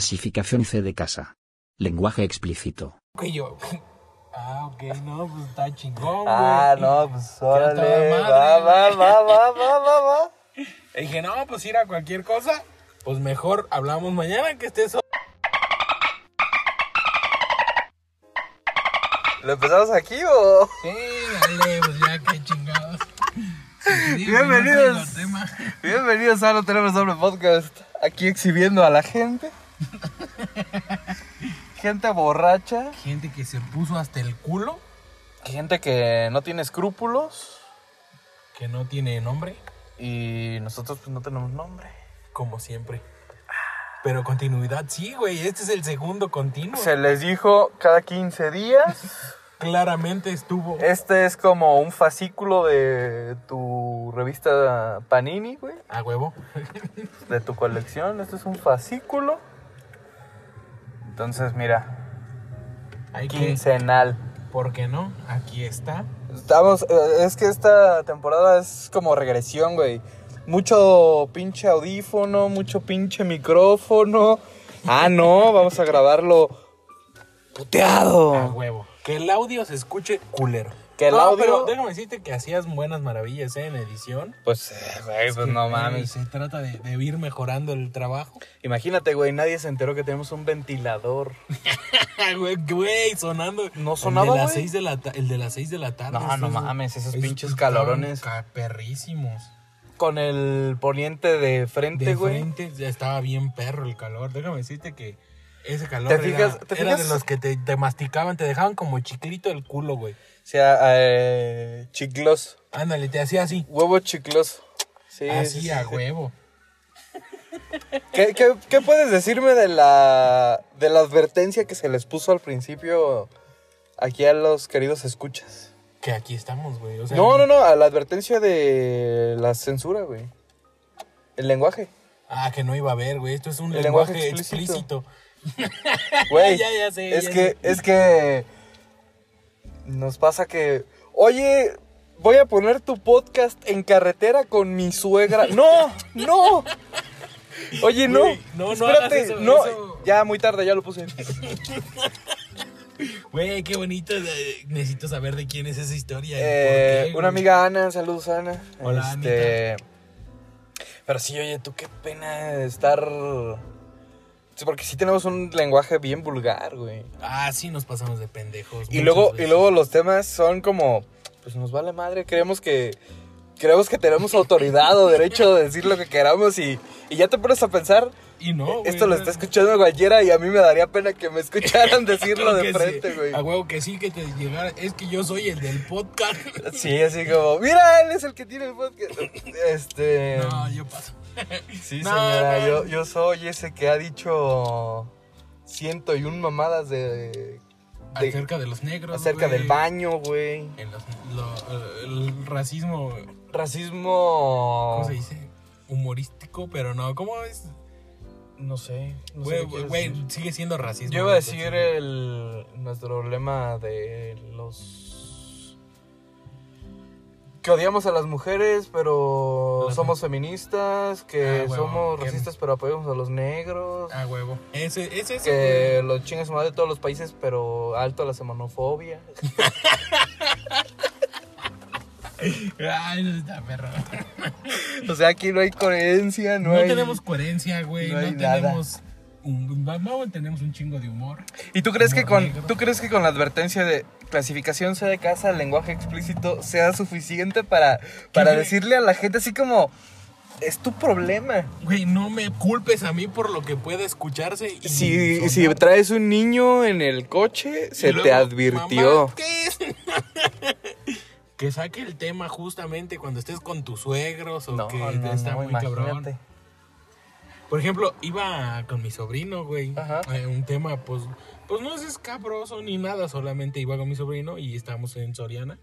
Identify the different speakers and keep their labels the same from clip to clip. Speaker 1: Clasificación C de casa. Lenguaje explícito.
Speaker 2: Ok, yo. Ah, ok, no, pues está chingón, güey.
Speaker 3: Ah, no, pues
Speaker 2: toda
Speaker 3: órale.
Speaker 2: madre,
Speaker 3: Va, va,
Speaker 2: güey.
Speaker 3: va, va, va, va, va.
Speaker 2: Y dije, no, pues ir a cualquier cosa, pues mejor hablamos mañana que estés solo.
Speaker 3: ¿Lo empezamos aquí o.?
Speaker 2: Sí, dale, pues ya, qué chingados. Sí,
Speaker 3: Bienvenidos.
Speaker 2: no traigo tema.
Speaker 3: Bienvenidos a No Tenemos Doble Podcast. Aquí exhibiendo a la gente. gente borracha.
Speaker 2: Gente que se puso hasta el culo,
Speaker 3: Gente que no tiene escrúpulos.
Speaker 2: que no tiene nombre,
Speaker 3: Y nosotros, pues no tenemos nombre.
Speaker 2: como siempre. Pero continuidad sí, güey, este es el segundo continuo.
Speaker 3: Se les dijo cada 15 días.
Speaker 2: Claramente estuvo.
Speaker 3: Este es como un fascículo de tu revista Panini, güey.
Speaker 2: A huevo.
Speaker 3: de tu colección. Este es un fascículo. Entonces, mira,
Speaker 2: Hay que,
Speaker 3: quincenal.
Speaker 2: ¿por qué no? Aquí está.
Speaker 3: Estamos, eh, es que esta temporada es como regresión, güey. Mucho pinche audífono, mucho pinche micrófono. Ah, no, vamos a grabarlo
Speaker 2: A
Speaker 3: puteado.
Speaker 2: huevo. Que el audio se escuche culero.
Speaker 3: Que el
Speaker 2: no,
Speaker 3: audio-
Speaker 2: pero déjame decirte que hacías buenas maravillas ¿eh? en edición.
Speaker 3: Pues, eh, güey, pues no
Speaker 2: Eh,
Speaker 3: mames.
Speaker 2: Se trata de, de ir mejorando el trabajo.
Speaker 3: Imagínate, güey, nadie se enteró que tenemos un ventilador.
Speaker 2: güey, güey, sonando.
Speaker 3: ¿No sonaba,
Speaker 2: el de, las
Speaker 3: güey?
Speaker 2: seis de la ta- el de las 6 de la tarde.
Speaker 3: No, no
Speaker 2: Esos-
Speaker 3: mames, esos pinches
Speaker 2: estaban
Speaker 3: calorones.
Speaker 2: ca- Perrísimos.
Speaker 3: Con el poniente de frente,
Speaker 2: De
Speaker 3: güey.
Speaker 2: frente ya estaba bien perro el calor. Déjame decirte que ese calor
Speaker 3: ¿Te
Speaker 2: era,
Speaker 3: fijas- te
Speaker 2: era de
Speaker 3: fijas?
Speaker 2: los que te, te masticaban, te dejaban como chiclito el culo, güey.
Speaker 3: O sea, eh, chiclos.
Speaker 2: Ándale, te hacía así.
Speaker 3: Huevo chicloso. Sí,
Speaker 2: así
Speaker 3: sí, sí,
Speaker 2: a
Speaker 3: sí.
Speaker 2: huevo.
Speaker 3: ¿Qué, qué, qué puedes decirme de la, de la advertencia que se les puso al principio aquí a los queridos escuchas?
Speaker 2: Que aquí estamos, güey. O sea,
Speaker 3: No, no, no, a la advertencia de la censura, güey. El lenguaje.
Speaker 2: Ah, que no iba a haber, güey. Esto es un
Speaker 3: El
Speaker 2: lenguaje,
Speaker 3: lenguaje
Speaker 2: explícito.
Speaker 3: explícito. Güey,
Speaker 2: Ya, ya sé,
Speaker 3: es
Speaker 2: ya
Speaker 3: que,
Speaker 2: sé.
Speaker 3: es que nos pasa que, oye, voy a poner tu podcast en carretera con mi suegra. No, no. Oye, no.
Speaker 2: Güey, no, no hagas
Speaker 3: Espérate,
Speaker 2: eso,
Speaker 3: no.
Speaker 2: eso.
Speaker 3: Ya muy tarde, ya lo puse.
Speaker 2: Güey, qué bonito. eh, Necesito saber de quién es esa historia. y
Speaker 3: Eh,
Speaker 2: por qué,
Speaker 3: una
Speaker 2: güey.
Speaker 3: amiga Ana, saludos Ana. Este,
Speaker 2: Hola,
Speaker 3: Pero sí, oye, tú qué pena estar Sí, porque sí tenemos un lenguaje bien vulgar, güey.
Speaker 2: Ah, sí, nos pasamos de pendejos.
Speaker 3: Y
Speaker 2: muchas
Speaker 3: luego, y
Speaker 2: veces.
Speaker 3: luego los temas son como, pues nos vale madre, creemos que, creemos que tenemos autoridad o derecho de decir lo que queramos y, y ya te pones a pensar,
Speaker 2: Y no, güey,
Speaker 3: esto lo
Speaker 2: o sea,
Speaker 3: está escuchando cualquiera y a mí me daría pena que me escucharan decirlo
Speaker 2: creo
Speaker 3: de
Speaker 2: que sí. Ah,
Speaker 3: frente, güey.
Speaker 2: A huevo que sí, que te llegara. Es que yo soy el del podcast.
Speaker 3: Sí, así como, mira, él es el que tiene el podcast. Este...
Speaker 2: no, yo paso.
Speaker 3: Sí,
Speaker 2: No,
Speaker 3: señora,
Speaker 2: no.
Speaker 3: Yo, yo soy ese que ha dicho ciento y un mamadas de, de-
Speaker 2: acerca de los negros.
Speaker 3: acerca
Speaker 2: güey,
Speaker 3: del baño, güey.
Speaker 2: en los- lo- el racismo.
Speaker 3: Racismo.
Speaker 2: ¿Cómo se dice? Humorístico, pero no. ¿Cómo es?
Speaker 3: No sé. no sé
Speaker 2: Güey,
Speaker 3: qué quieres
Speaker 2: güey,
Speaker 3: decir.
Speaker 2: sigue siendo racismo.
Speaker 3: Yo iba a
Speaker 2: güey,
Speaker 3: decir
Speaker 2: entonces-
Speaker 3: el, nuestro lema de los. Que odiamos a las mujeres, pero
Speaker 2: Las
Speaker 3: somos feministas. Que
Speaker 2: Ah, huevo,
Speaker 3: somos
Speaker 2: que-
Speaker 3: racistas, pero apoyamos a los negros.
Speaker 2: A huevo. Ese, ese, ese. güey.
Speaker 3: Que los chingas su madre de todos los países, pero alto a la semanofobia.
Speaker 2: Ay, no está perro.
Speaker 3: O sea, aquí no hay coherencia, no,
Speaker 2: No,
Speaker 3: hay-
Speaker 2: tenemos coherencia, güey.
Speaker 3: no
Speaker 2: No,
Speaker 3: hay nada.
Speaker 2: tenemos. Un, vamos, tenemos un chingo de humor.
Speaker 3: ¿Y tú crees, que con,
Speaker 2: Negro.
Speaker 3: tú crees que con la advertencia de clasificación sea de casa, lenguaje explícito, sea suficiente para, para
Speaker 2: ¿Qué?
Speaker 3: decirle a la gente así como, es tu problema?
Speaker 2: Güey, no me culpes a mí por lo que pueda escucharse. y
Speaker 3: Si,
Speaker 2: sonar.
Speaker 3: si traes un niño en el coche, se
Speaker 2: Y luego,
Speaker 3: te advirtió.
Speaker 2: "Mamá, ¿qué es?" que saque el tema justamente cuando estés con tus suegros o
Speaker 3: No,
Speaker 2: que
Speaker 3: no, no,
Speaker 2: está muy
Speaker 3: imagínate.
Speaker 2: cabrón. Por ejemplo, iba con mi sobrino, güey.
Speaker 3: Ajá.
Speaker 2: Eh, un tema, pues, pues no es escabroso ni nada, solamente iba con mi sobrino y estábamos en Soriana.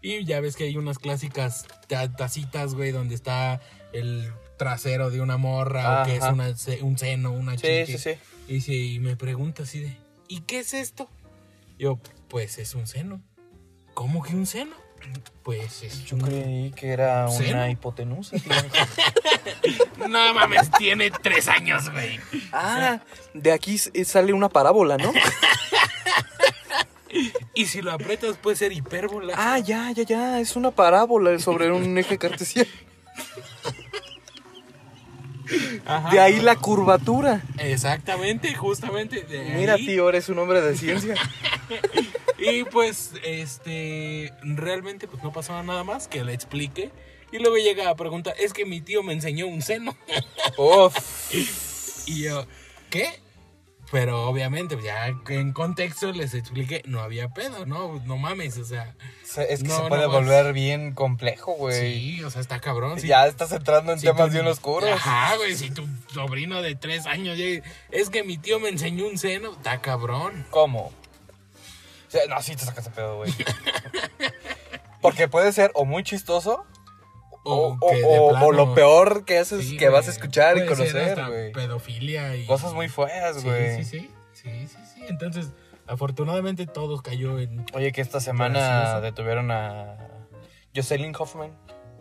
Speaker 2: Y ya ves que hay unas clásicas ta- tacitas, güey, donde está el trasero de una morra o que es
Speaker 3: Ajá.
Speaker 2: una se- un seno, una
Speaker 3: Sí,
Speaker 2: chichi.
Speaker 3: sí, sí.
Speaker 2: Y, dice- y me pregunta así de, ¿y qué es esto? Yo, pues es un seno. ¿Cómo que un seno? Pues es
Speaker 3: Yo creí que era
Speaker 2: ¿Seno?
Speaker 3: una hipotenusa. tío.
Speaker 2: No mames, tiene tres años, güey.
Speaker 3: ah, de aquí s- sale una parábola, ¿no?
Speaker 2: Y si lo aprietas puede ser hipérbola.
Speaker 3: Ah, ya, ya, ya. Es una parábola sobre un eje cartesiano.
Speaker 2: Ajá.
Speaker 3: De ahí la curvatura.
Speaker 2: Exactamente, justamente. de
Speaker 3: Mira,
Speaker 2: ahí.
Speaker 3: tío, eres un hombre de ciencia.
Speaker 2: Y pues, este, realmente pues no pasaba nada más que le explique. Y luego llega a preguntar, es que mi tío me enseñó un seno.
Speaker 3: Uf.
Speaker 2: Y yo, ¿qué? Pero obviamente, pues, ya en contexto les expliqué, no había pedo, ¿no? No mames, o sea.
Speaker 3: Se- Es que
Speaker 2: No,
Speaker 3: se
Speaker 2: no
Speaker 3: puede
Speaker 2: más.
Speaker 3: volver bien complejo, güey.
Speaker 2: Sí, o sea, está cabrón. sí.
Speaker 3: Ya estás entrando en
Speaker 2: Si
Speaker 3: temas
Speaker 2: tu-
Speaker 3: bien oscuros.
Speaker 2: Ajá, güey, si tu sobrino de tres años llega y, es que mi tío me enseñó un seno, está cabrón.
Speaker 3: ¿Cómo? O sea, no, sí te sacas de pedo, güey. Porque puede ser o muy chistoso o, o-
Speaker 2: que de
Speaker 3: o-
Speaker 2: plano-
Speaker 3: o lo peor que haces
Speaker 2: Sí,
Speaker 3: que vas a
Speaker 2: güey,
Speaker 3: escuchar y
Speaker 2: puede ser
Speaker 3: conocer,
Speaker 2: hasta
Speaker 3: güey.
Speaker 2: Pedofilia y.
Speaker 3: Cosas muy feas, güey.
Speaker 2: Sí, sí, sí, sí, sí, sí. Entonces, afortunadamente todos cayó en.
Speaker 3: Oye, que esta
Speaker 2: Gracioso.
Speaker 3: semana detuvieron a Jocelyn Hoffman.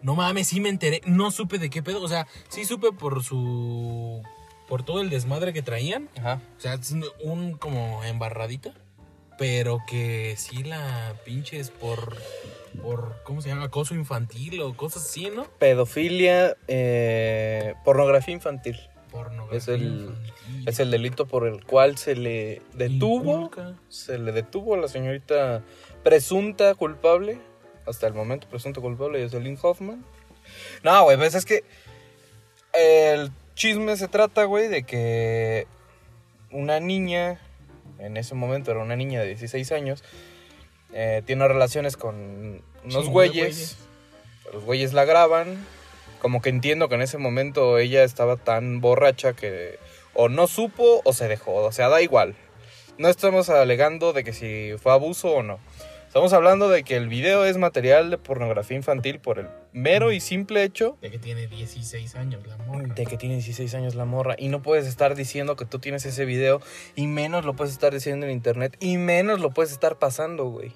Speaker 2: No mames, sí me enteré. No supe de qué pedo. O sea, sí supe por su. Por todo el desmadre que traían.
Speaker 3: Ajá.
Speaker 2: O sea, es un como embarradita. Pero que sí la pinches por. Por, ¿cómo se llama? Acoso infantil o cosas así, ¿no?
Speaker 3: Pedofilia, eh, pornografía infantil.
Speaker 2: Pornografía
Speaker 3: Es el-
Speaker 2: infantil.
Speaker 3: Es el delito por el cual se le detuvo.
Speaker 2: Inculca.
Speaker 3: Se le detuvo a la señorita presunta culpable. Hasta el momento, presunta culpable, Jocelyn Hoffman. No, güey, pues es que el chisme se trata, güey, de que una niña, en ese momento era una niña de 16 años, eh, tiene relaciones con unos
Speaker 2: Chingo de
Speaker 3: güeyes. Los güeyes la graban. Como que entiendo que en ese momento ella estaba tan borracha que o no supo o se dejó. O sea, da igual. No estamos alegando de que si fue abuso o no. Estamos hablando de que el video es material de pornografía infantil por el mero y simple hecho
Speaker 2: De que tiene 16 años la morra.
Speaker 3: de que tiene 16 años la morra y no puedes estar diciendo que tú tienes ese video y menos lo puedes estar diciendo en internet y menos lo puedes estar pasando, güey.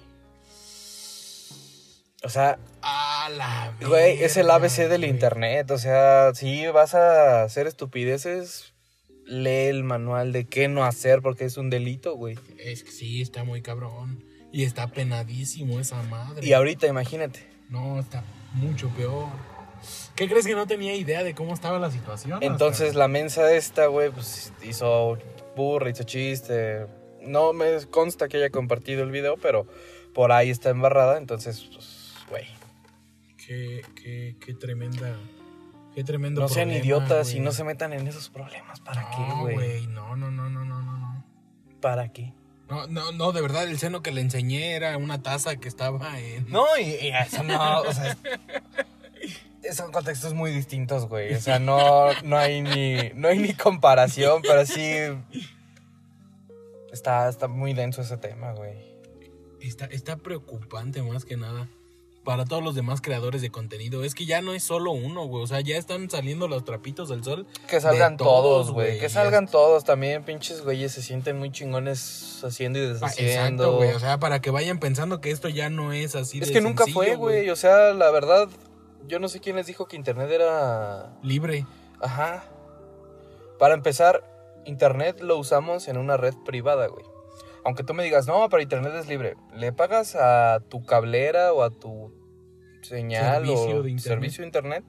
Speaker 3: O sea,
Speaker 2: A la
Speaker 3: güey, es el
Speaker 2: verga,
Speaker 3: ABC del
Speaker 2: güey.
Speaker 3: internet. O sea, si vas a hacer estupideces, lee el manual de qué no hacer porque es un delito, güey.
Speaker 2: Es que sí, está muy cabrón. Y está penadísimo esa madre.
Speaker 3: Y ahorita imagínate,
Speaker 2: No, está mucho peor. ¿Qué crees que no tenía idea de cómo estaba la situación?
Speaker 3: Entonces la mensa esta, güey, pues hizo burra, hizo chiste. No me consta que haya compartido el video, pero por ahí está embarrada, entonces, pues, güey.
Speaker 2: Qué, qué, qué tremenda. Qué tremendo.
Speaker 3: No sean
Speaker 2: problema,
Speaker 3: idiotas y
Speaker 2: güey.
Speaker 3: no se metan en esos problemas. ¿Para
Speaker 2: No,
Speaker 3: qué, güey?
Speaker 2: güey? No, no, no, no, no, no, no.
Speaker 3: ¿Para qué?
Speaker 2: No, no, no, de verdad, el seno que le enseñé era una taza que estaba en.
Speaker 3: No, y, y eso no, o sea, es- son contextos muy distintos, güey. O sea, no, no hay ni, no hay ni comparación, pero sí está, está muy denso ese tema, güey.
Speaker 2: Está, está preocupante más que nada. Para todos los demás creadores de contenido. Es que ya no es solo uno, güey. O sea, ya están saliendo los trapitos del sol.
Speaker 3: Que
Speaker 2: De
Speaker 3: salgan
Speaker 2: todos,
Speaker 3: todos, güey.
Speaker 2: güey.
Speaker 3: Que salgan todos también, pinches güeyes. Se sienten muy chingones haciendo y
Speaker 2: Pa-
Speaker 3: deshaciendo.
Speaker 2: Ah, Exacto, güey. O sea, para que vayan pensando que esto ya no es así.
Speaker 3: es
Speaker 2: de
Speaker 3: que nunca
Speaker 2: sencillo,
Speaker 3: fue, güey. O sea, la verdad, yo no sé quién les dijo que Internet era...
Speaker 2: Libre.
Speaker 3: Ajá. Para empezar, Internet lo usamos en una red privada, güey. Aunque tú me digas, no, pero Internet es libre. Le pagas a tu cablera o a tu señal
Speaker 2: Servicio
Speaker 3: o
Speaker 2: de internet.
Speaker 3: servicio de Internet.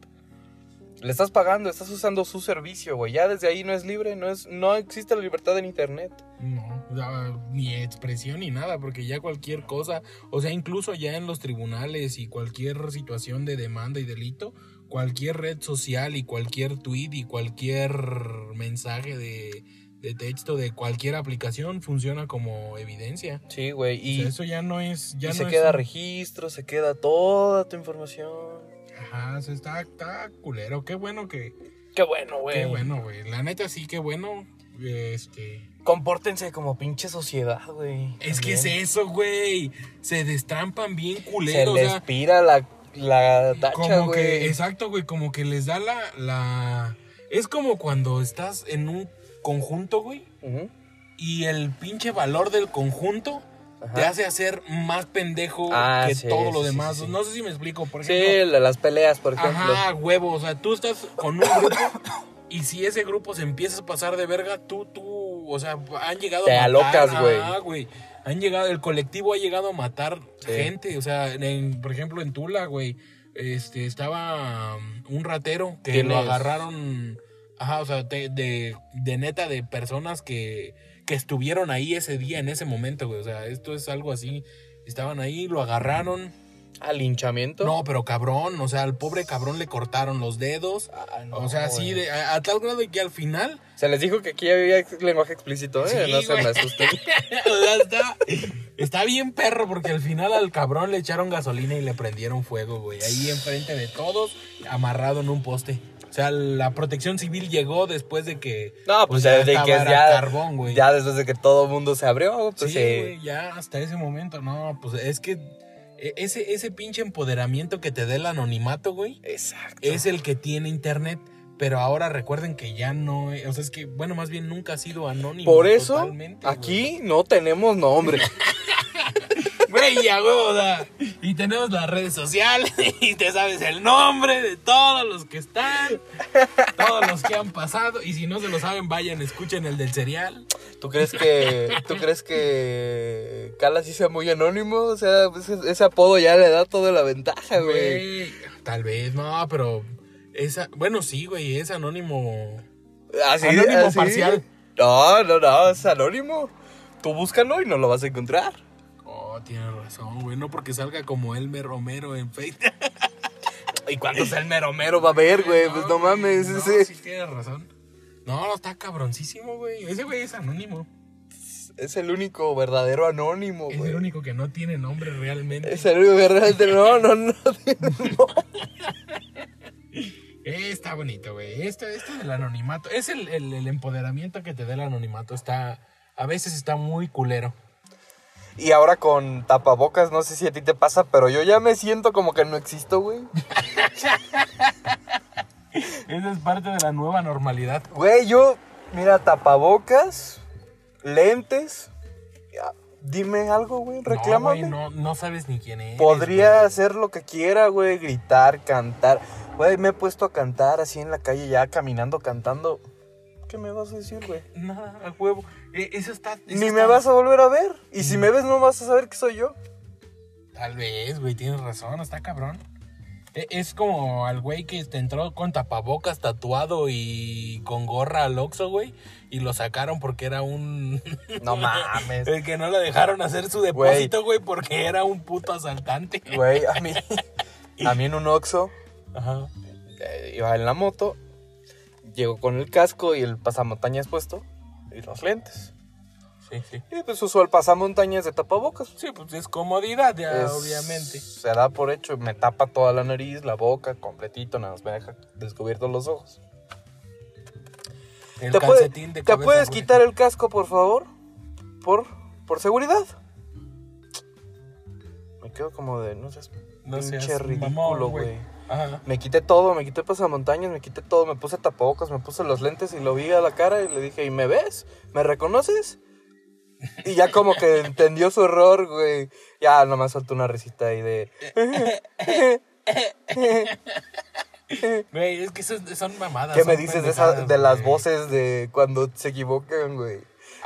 Speaker 3: Le estás pagando, estás usando su servicio, güey. Ya desde ahí no es libre, no, es, no existe la libertad en Internet.
Speaker 2: No, o sea, ni expresión ni nada, porque ya cualquier cosa, o sea, incluso ya en los tribunales y cualquier situación de demanda y delito, cualquier red social y cualquier tweet y cualquier mensaje de, de texto de cualquier aplicación funciona como evidencia.
Speaker 3: Sí, güey.
Speaker 2: O
Speaker 3: Y,
Speaker 2: sea, eso ya no es. Ya
Speaker 3: y
Speaker 2: no
Speaker 3: se
Speaker 2: es
Speaker 3: queda
Speaker 2: un-
Speaker 3: registro, se queda toda tu información.
Speaker 2: Ajá, o sea, está, está culero. Qué bueno que.
Speaker 3: Qué bueno, güey.
Speaker 2: Qué bueno, güey. La neta sí, qué bueno. Este.
Speaker 3: Compórtense como pinche sociedad, güey.
Speaker 2: Es que
Speaker 3: También.
Speaker 2: es eso, güey. Se destrampan bien
Speaker 3: Se
Speaker 2: culero. o
Speaker 3: les
Speaker 2: sea,
Speaker 3: pira la, la tacha,
Speaker 2: como que,
Speaker 3: güey.
Speaker 2: exacto, güey, como que les da la, la... Es como cuando estás en un conjunto, güey,
Speaker 3: Ujú.
Speaker 2: y el pinche valor del conjunto
Speaker 3: Ajá.
Speaker 2: te hace hacer más pendejo
Speaker 3: Ah,
Speaker 2: que
Speaker 3: sí,
Speaker 2: todo lo
Speaker 3: sí, sí,
Speaker 2: demás.
Speaker 3: sí.
Speaker 2: No sé si me explico, por
Speaker 3: Sí,
Speaker 2: ejemplo.
Speaker 3: la- las peleas, por ejemplo.
Speaker 2: ajá, huevo. O sea, tú estás con un grupo y si ese grupo se empieza a pasar de verga, tú, tú, o sea, han llegado
Speaker 3: Te alocas, güey.
Speaker 2: Ah, güey. Han llegado, el colectivo ha llegado a matar
Speaker 3: Sí.
Speaker 2: gente. O sea, en- por ejemplo, en Tula, güey. Este, estaba um, un ratero que
Speaker 3: ¿Quién
Speaker 2: lo
Speaker 3: es?
Speaker 2: agarraron. Ajá, o sea, te- de, de neta de personas que, que estuvieron ahí ese día, en ese momento, güey. O sea, esto es algo así. Estaban ahí, lo agarraron.
Speaker 3: ¿Al linchamiento?
Speaker 2: No, pero cabrón, o sea, al pobre cabrón le cortaron los dedos.
Speaker 3: Ah, no,
Speaker 2: O sea, sí,
Speaker 3: güey.
Speaker 2: de- a, a tal grado de que al final.
Speaker 3: Se les dijo que aquí había ex- lenguaje explícito, ¿eh?
Speaker 2: Sí,
Speaker 3: no se
Speaker 2: güey.
Speaker 3: me asusten.
Speaker 2: o sea, está, está bien perro, porque al final al cabrón le echaron gasolina y le prendieron fuego, güey. Ahí enfrente de todos, amarrado en un poste. O sea, la protección civil llegó después de que.
Speaker 3: No, pues desde que
Speaker 2: estaba
Speaker 3: ya-
Speaker 2: Carbón, güey.
Speaker 3: ya después de que todo mundo se abrió,
Speaker 2: Sí,
Speaker 3: pues
Speaker 2: güey,
Speaker 3: eh,
Speaker 2: ya hasta ese momento, no, pues es que e- ese, ese pinche empoderamiento que te da el anonimato, güey,
Speaker 3: Exacto.
Speaker 2: es el que tiene internet, pero ahora recuerden que ya no, e- o sea, es que, bueno, más bien nunca ha sido anónimo.
Speaker 3: Por eso,
Speaker 2: totalmente, güey.
Speaker 3: aquí no tenemos nombre.
Speaker 2: Güey, ya, güey, o sea, y tenemos las redes sociales, y te sabes el nombre de todos los que están, todos los que han pasado, y si no se lo saben, vayan, escuchen el del cereal.
Speaker 3: ¿Tú crees que tú crees que Cala sí sea muy anónimo? O sea, pues, ese, ese apodo ya le da toda la ventaja, güey.
Speaker 2: Güey, tal vez, no, pero esa, bueno, sí, güey, es anónimo.
Speaker 3: Así,
Speaker 2: Anónimo parcial.
Speaker 3: No, no, no, es anónimo. Tú búscalo y no lo vas a encontrar.
Speaker 2: Oh, tienes razón, güey, no porque salga como Elmer Romero en Facebook.
Speaker 3: ¿Y cuánto es el mero mero va a ver, güey? Pues no
Speaker 2: güey,
Speaker 3: mames,
Speaker 2: no,
Speaker 3: ese-
Speaker 2: sí tienes razón. No, no, está cabroncísimo, güey. Ese güey es anónimo.
Speaker 3: es el único verdadero anónimo,
Speaker 2: Es el
Speaker 3: Oh, güey.
Speaker 2: único que no tiene nombre realmente.
Speaker 3: Es el único que realmente no, no, no.
Speaker 2: Eh, está bonito, güey. Esto, esto del anonimato. Es el, el- el empoderamiento que te da el anonimato. Está. A veces está muy culero.
Speaker 3: Y ahora con tapabocas, no sé si a ti te pasa, pero yo ya me siento como que no existo, güey.
Speaker 2: Esa es parte de la nueva normalidad.
Speaker 3: Güey, yo, mira, tapabocas, lentes. ya, Dime algo, güey, reclámame.
Speaker 2: No, güey, no, no sabes ni quién es.
Speaker 3: Podría hacer lo que quiera, güey, gritar, cantar. Güey, me he puesto a cantar así en la calle ya, caminando, cantando. ¿Qué me vas a decir, güey?
Speaker 2: Nada, a huevo. Eh, eso está. eso
Speaker 3: Ni me
Speaker 2: está-
Speaker 3: vas a volver a ver. Y si me ves, no vas a saber que soy yo.
Speaker 2: Tal vez, güey, tienes razón, está cabrón. E- Es como al güey que te entró con tapabocas tatuado y con gorra al Oxxo, güey. Y lo sacaron porque era un...
Speaker 3: No mames.
Speaker 2: El que no le dejaron hacer su depósito, güey, porque era un puto asaltante.
Speaker 3: Güey, a mí, a mí en un Oxxo
Speaker 2: Ajá.
Speaker 3: eh, iba en la moto, llegó con el casco y el pasamontañas puesto y los lentes.
Speaker 2: Sí, sí.
Speaker 3: Y pues usó el pasamontañas de tapabocas.
Speaker 2: Sí, pues es comodidad, ya,
Speaker 3: Es-
Speaker 2: obviamente.
Speaker 3: Se da por hecho, me tapa toda la nariz, la boca, completito, nada más me deja descubiertos los ojos.
Speaker 2: El
Speaker 3: ¿Te, puede-
Speaker 2: calcetín de
Speaker 3: ¿te
Speaker 2: cabeza,
Speaker 3: puedes
Speaker 2: güey.
Speaker 3: quitar el casco, por favor? Por, por seguridad. Me quedo como de, no seas
Speaker 2: No seas
Speaker 3: pinche ridículo,
Speaker 2: mamón,
Speaker 3: güey.
Speaker 2: Ajá.
Speaker 3: Me quité todo, me quité pasamontañas, me quité todo, me puse tapabocas, me puse los lentes y lo vi a la cara y le dije, ¿y me ves? ¿Me reconoces? Y ya como que entendió su error, güey. Ya nomás soltó una risita ahí de...
Speaker 2: Güey, es que eso- son mamadas.
Speaker 3: ¿Qué me
Speaker 2: son
Speaker 3: dices de,
Speaker 2: pendejadas,
Speaker 3: esa- de las
Speaker 2: güey.
Speaker 3: voces de cuando se equivocan, güey?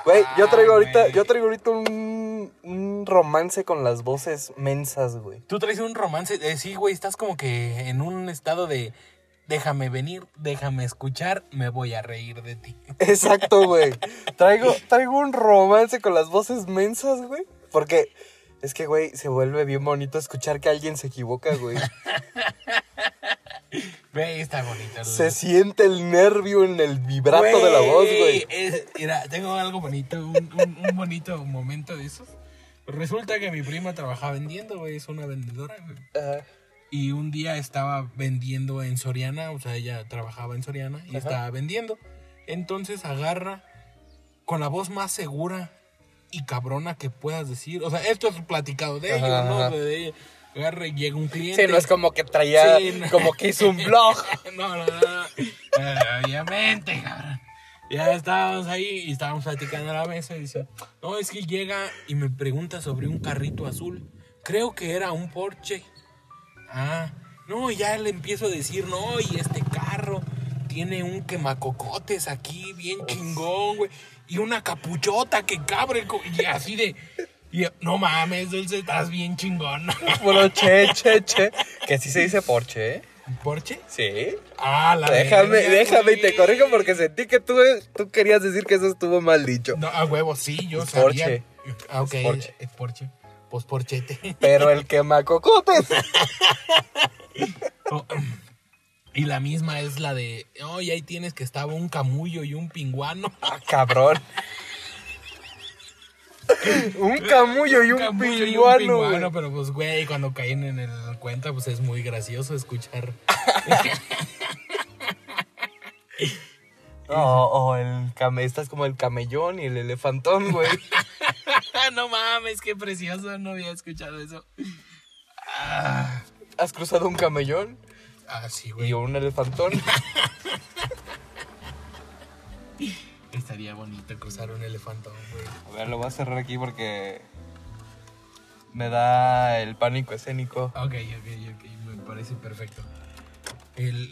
Speaker 3: Güey, yo traigo
Speaker 2: Ay,
Speaker 3: ahorita,
Speaker 2: Ah, güey.
Speaker 3: yo traigo ahorita un, un romance con las voces mensas, güey.
Speaker 2: Tú traes un romance. eh, sí, güey, estás como que en un estado de. Déjame venir, déjame escuchar, me voy a reír de ti.
Speaker 3: Exacto, güey. Traigo, traigo un romance con las voces mensas, güey. Porque es que, güey, se vuelve bien bonito escuchar que alguien se equivoca, güey.
Speaker 2: Güey, está bonito. el-
Speaker 3: Se siente el nervio en el vibrato
Speaker 2: Güey,
Speaker 3: de la voz, güey.
Speaker 2: es- mira, tengo algo bonito, un, un- un bonito momento de esos. Resulta que mi prima trabajaba vendiendo, güey, es una vendedora, güey.
Speaker 3: Ajá.
Speaker 2: Y un día estaba vendiendo en Soriana, o sea, ella trabajaba en Soriana y
Speaker 3: Ajá.
Speaker 2: estaba vendiendo. Entonces agarra con la voz más segura y cabrona que puedas decir. O sea, esto es platicado de
Speaker 3: Ajá,
Speaker 2: ellos, ¿no?
Speaker 3: ajá.
Speaker 2: De- de- agarra y llega un cliente.
Speaker 3: Sí, no es como que traía,
Speaker 2: Sí, no.
Speaker 3: como que hizo un blog.
Speaker 2: No, no, no, no. Eh, Obviamente, cabrón. Ya estábamos ahí y estábamos platicando a la mesa y dice, no, es que llega y me pregunta sobre un carrito azul. Creo que era un Porsche. Ah, no, y ya le empiezo a decir, no, y este carro tiene un quemacocotes aquí, bien chingón, güey. Y una capuchota que cabre, el co- y así de... y- no mames, Dulce, estás bien chingón.
Speaker 3: Bueno, che, che, che. Que sí se dice Porsche, ¿eh?
Speaker 2: ¿Porsche?
Speaker 3: Sí.
Speaker 2: Ah, la
Speaker 3: Déjame,
Speaker 2: verga,
Speaker 3: déjame y te
Speaker 2: güey.
Speaker 3: corrijo porque sentí que tú, tú querías decir que eso estuvo mal dicho.
Speaker 2: No, a huevo, sí, yo
Speaker 3: Es
Speaker 2: sabía.
Speaker 3: Porsche.
Speaker 2: Ah, ok.
Speaker 3: Es
Speaker 2: Es
Speaker 3: Porsche.
Speaker 2: Porsche. Pues porchete.
Speaker 3: Pero el quemacocotes.
Speaker 2: Oh, y la misma es la de, oh, y ahí tienes que estaba un camullo y un pinguano.
Speaker 3: Ah, cabrón. un camullo y un,
Speaker 2: camullo y
Speaker 3: pinguano. güey.
Speaker 2: pero pues, güey, cuando caen en el cuenta, pues es muy gracioso escuchar.
Speaker 3: No, o el came, estás como el camellón y el elefantón, güey.
Speaker 2: no mames, qué precioso, no había escuchado eso.
Speaker 3: ¿Has cruzado un camellón
Speaker 2: Ah, sí,
Speaker 3: y
Speaker 2: güey,
Speaker 3: un elefantón?
Speaker 2: estaría bonito cruzar un elefantón, güey.
Speaker 3: A ver, lo voy a cerrar aquí porque me da el pánico escénico.
Speaker 2: Ok, ok, ok, me parece perfecto. El,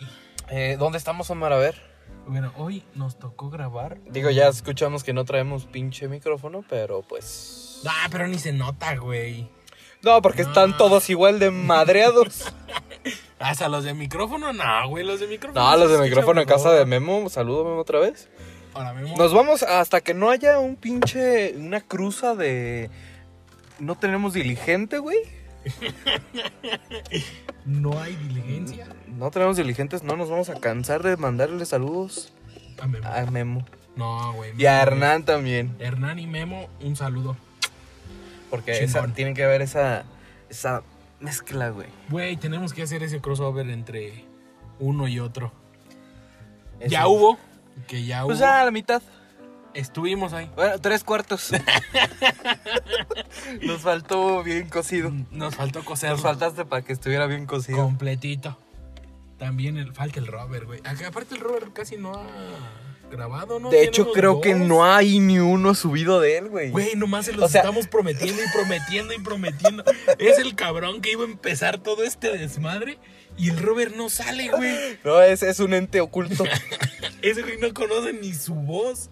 Speaker 3: Eh, ¿Dónde estamos, Omar? A ver.
Speaker 2: bueno, hoy nos tocó grabar
Speaker 3: Digo, ya escuchamos que no traemos pinche micrófono, pero pues...
Speaker 2: Ah, pero ni se nota, güey.
Speaker 3: No, porque están todos igual de madreados.
Speaker 2: Hasta los de micrófono, no, güey, los de micrófono.
Speaker 3: No,
Speaker 2: se
Speaker 3: los de
Speaker 2: escuchan
Speaker 3: micrófono en
Speaker 2: mejor.
Speaker 3: casa de Memo. Saludo, Memo, otra vez.
Speaker 2: Ahora mismo.
Speaker 3: Nos vamos hasta que no haya un pinche. Una cruza de. No tenemos diligente, güey.
Speaker 2: No hay diligencia.
Speaker 3: No tenemos diligentes, no nos vamos a cansar de mandarle saludos
Speaker 2: A Memo.
Speaker 3: a Memo.
Speaker 2: No, güey.
Speaker 3: Ah. Y a
Speaker 2: Memo,
Speaker 3: Hernán también.
Speaker 2: güey. Hernán y Memo, un saludo.
Speaker 3: Porque
Speaker 2: Chingón.
Speaker 3: esa, tienen que haber esa. Esa mezcla, güey.
Speaker 2: Güey, tenemos que hacer ese crossover entre uno y otro.
Speaker 3: Eso.
Speaker 2: Ya hubo. Que ya hubo.
Speaker 3: Pues ya a la mitad.
Speaker 2: Estuvimos ahí.
Speaker 3: Bueno, tres cuartos. nos faltó bien cocido.
Speaker 2: Nos faltó coser.
Speaker 3: Nos faltaste para que estuviera bien cocido.
Speaker 2: Completito. También el, falta el Robert, güey. Acá, Aparte el Robert casi no ha grabado, ¿no?
Speaker 3: De hecho,
Speaker 2: Tenemos
Speaker 3: creo que
Speaker 2: dos.
Speaker 3: no hay ni uno subido de él, güey.
Speaker 2: Güey, nomás se los
Speaker 3: O sea-
Speaker 2: estamos prometiendo y prometiendo y prometiendo. es el cabrón que iba a empezar todo este desmadre y el Robert no sale, güey.
Speaker 3: No, es, es un ente oculto.
Speaker 2: Ese güey no conoce ni su voz.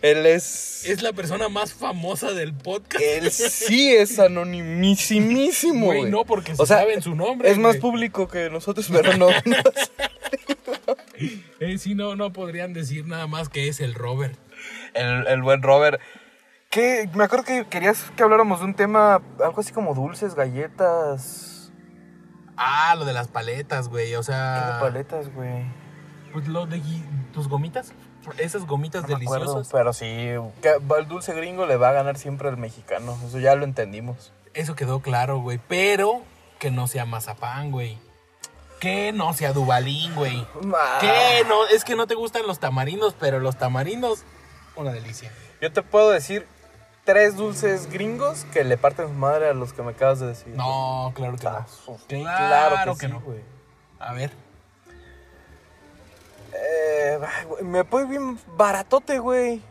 Speaker 3: él es,
Speaker 2: Es la persona más famosa del podcast.
Speaker 3: Él sí es anonimísimo, güey.
Speaker 2: Güey, no, porque se
Speaker 3: O sea,
Speaker 2: saben su nombre.
Speaker 3: Es más
Speaker 2: güey.
Speaker 3: público que nosotros, pero no. no es-
Speaker 2: Eh, sí, no, no podrían decir nada más que es el Robert.
Speaker 3: el, el buen Robert. ¿Qué? Me acuerdo que querías que habláramos de un tema, algo así como dulces, galletas,
Speaker 2: Ah, lo de las paletas, güey. O
Speaker 3: ¿qué de
Speaker 2: sea.
Speaker 3: paletas, güey.
Speaker 2: Pues lo de gui- tus gomitas. Esas gomitas
Speaker 3: No me acuerdo,
Speaker 2: deliciosas.
Speaker 3: pero sí, que el dulce gringo le va a ganar siempre al mexicano. Eso ya lo entendimos.
Speaker 2: Eso quedó claro, güey. Pero que no sea mazapán, güey. Que no sea Dubalín, güey.
Speaker 3: Ah.
Speaker 2: Que no, es que no te gustan los tamarindos, pero los tamarindos, una delicia.
Speaker 3: Yo te puedo decir tres dulces gringos que le parten su madre a los que me acabas de decir.
Speaker 2: No, claro que
Speaker 3: Ah,
Speaker 2: no.
Speaker 3: su-
Speaker 2: Claro,
Speaker 3: claro
Speaker 2: que,
Speaker 3: sí,
Speaker 2: no.
Speaker 3: güey.
Speaker 2: A ver.
Speaker 3: Eh, ay, güey, me voy bien baratote, güey.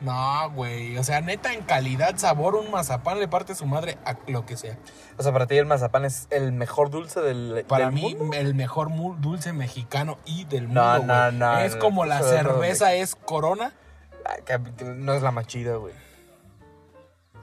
Speaker 2: No, güey. O sea, neta, en calidad, sabor, un mazapán le parte su madre a lo que sea.
Speaker 3: O sea, para ti el mazapán es el mejor dulce del,
Speaker 2: Para
Speaker 3: del
Speaker 2: mí,
Speaker 3: mundo.
Speaker 2: el mejor mu- dulce mexicano y del mundo.
Speaker 3: No, no,
Speaker 2: güey.
Speaker 3: no,
Speaker 2: Es
Speaker 3: no,
Speaker 2: como la
Speaker 3: eso no,
Speaker 2: cerveza es corona.
Speaker 3: Ay, que- que no es la más chida, güey.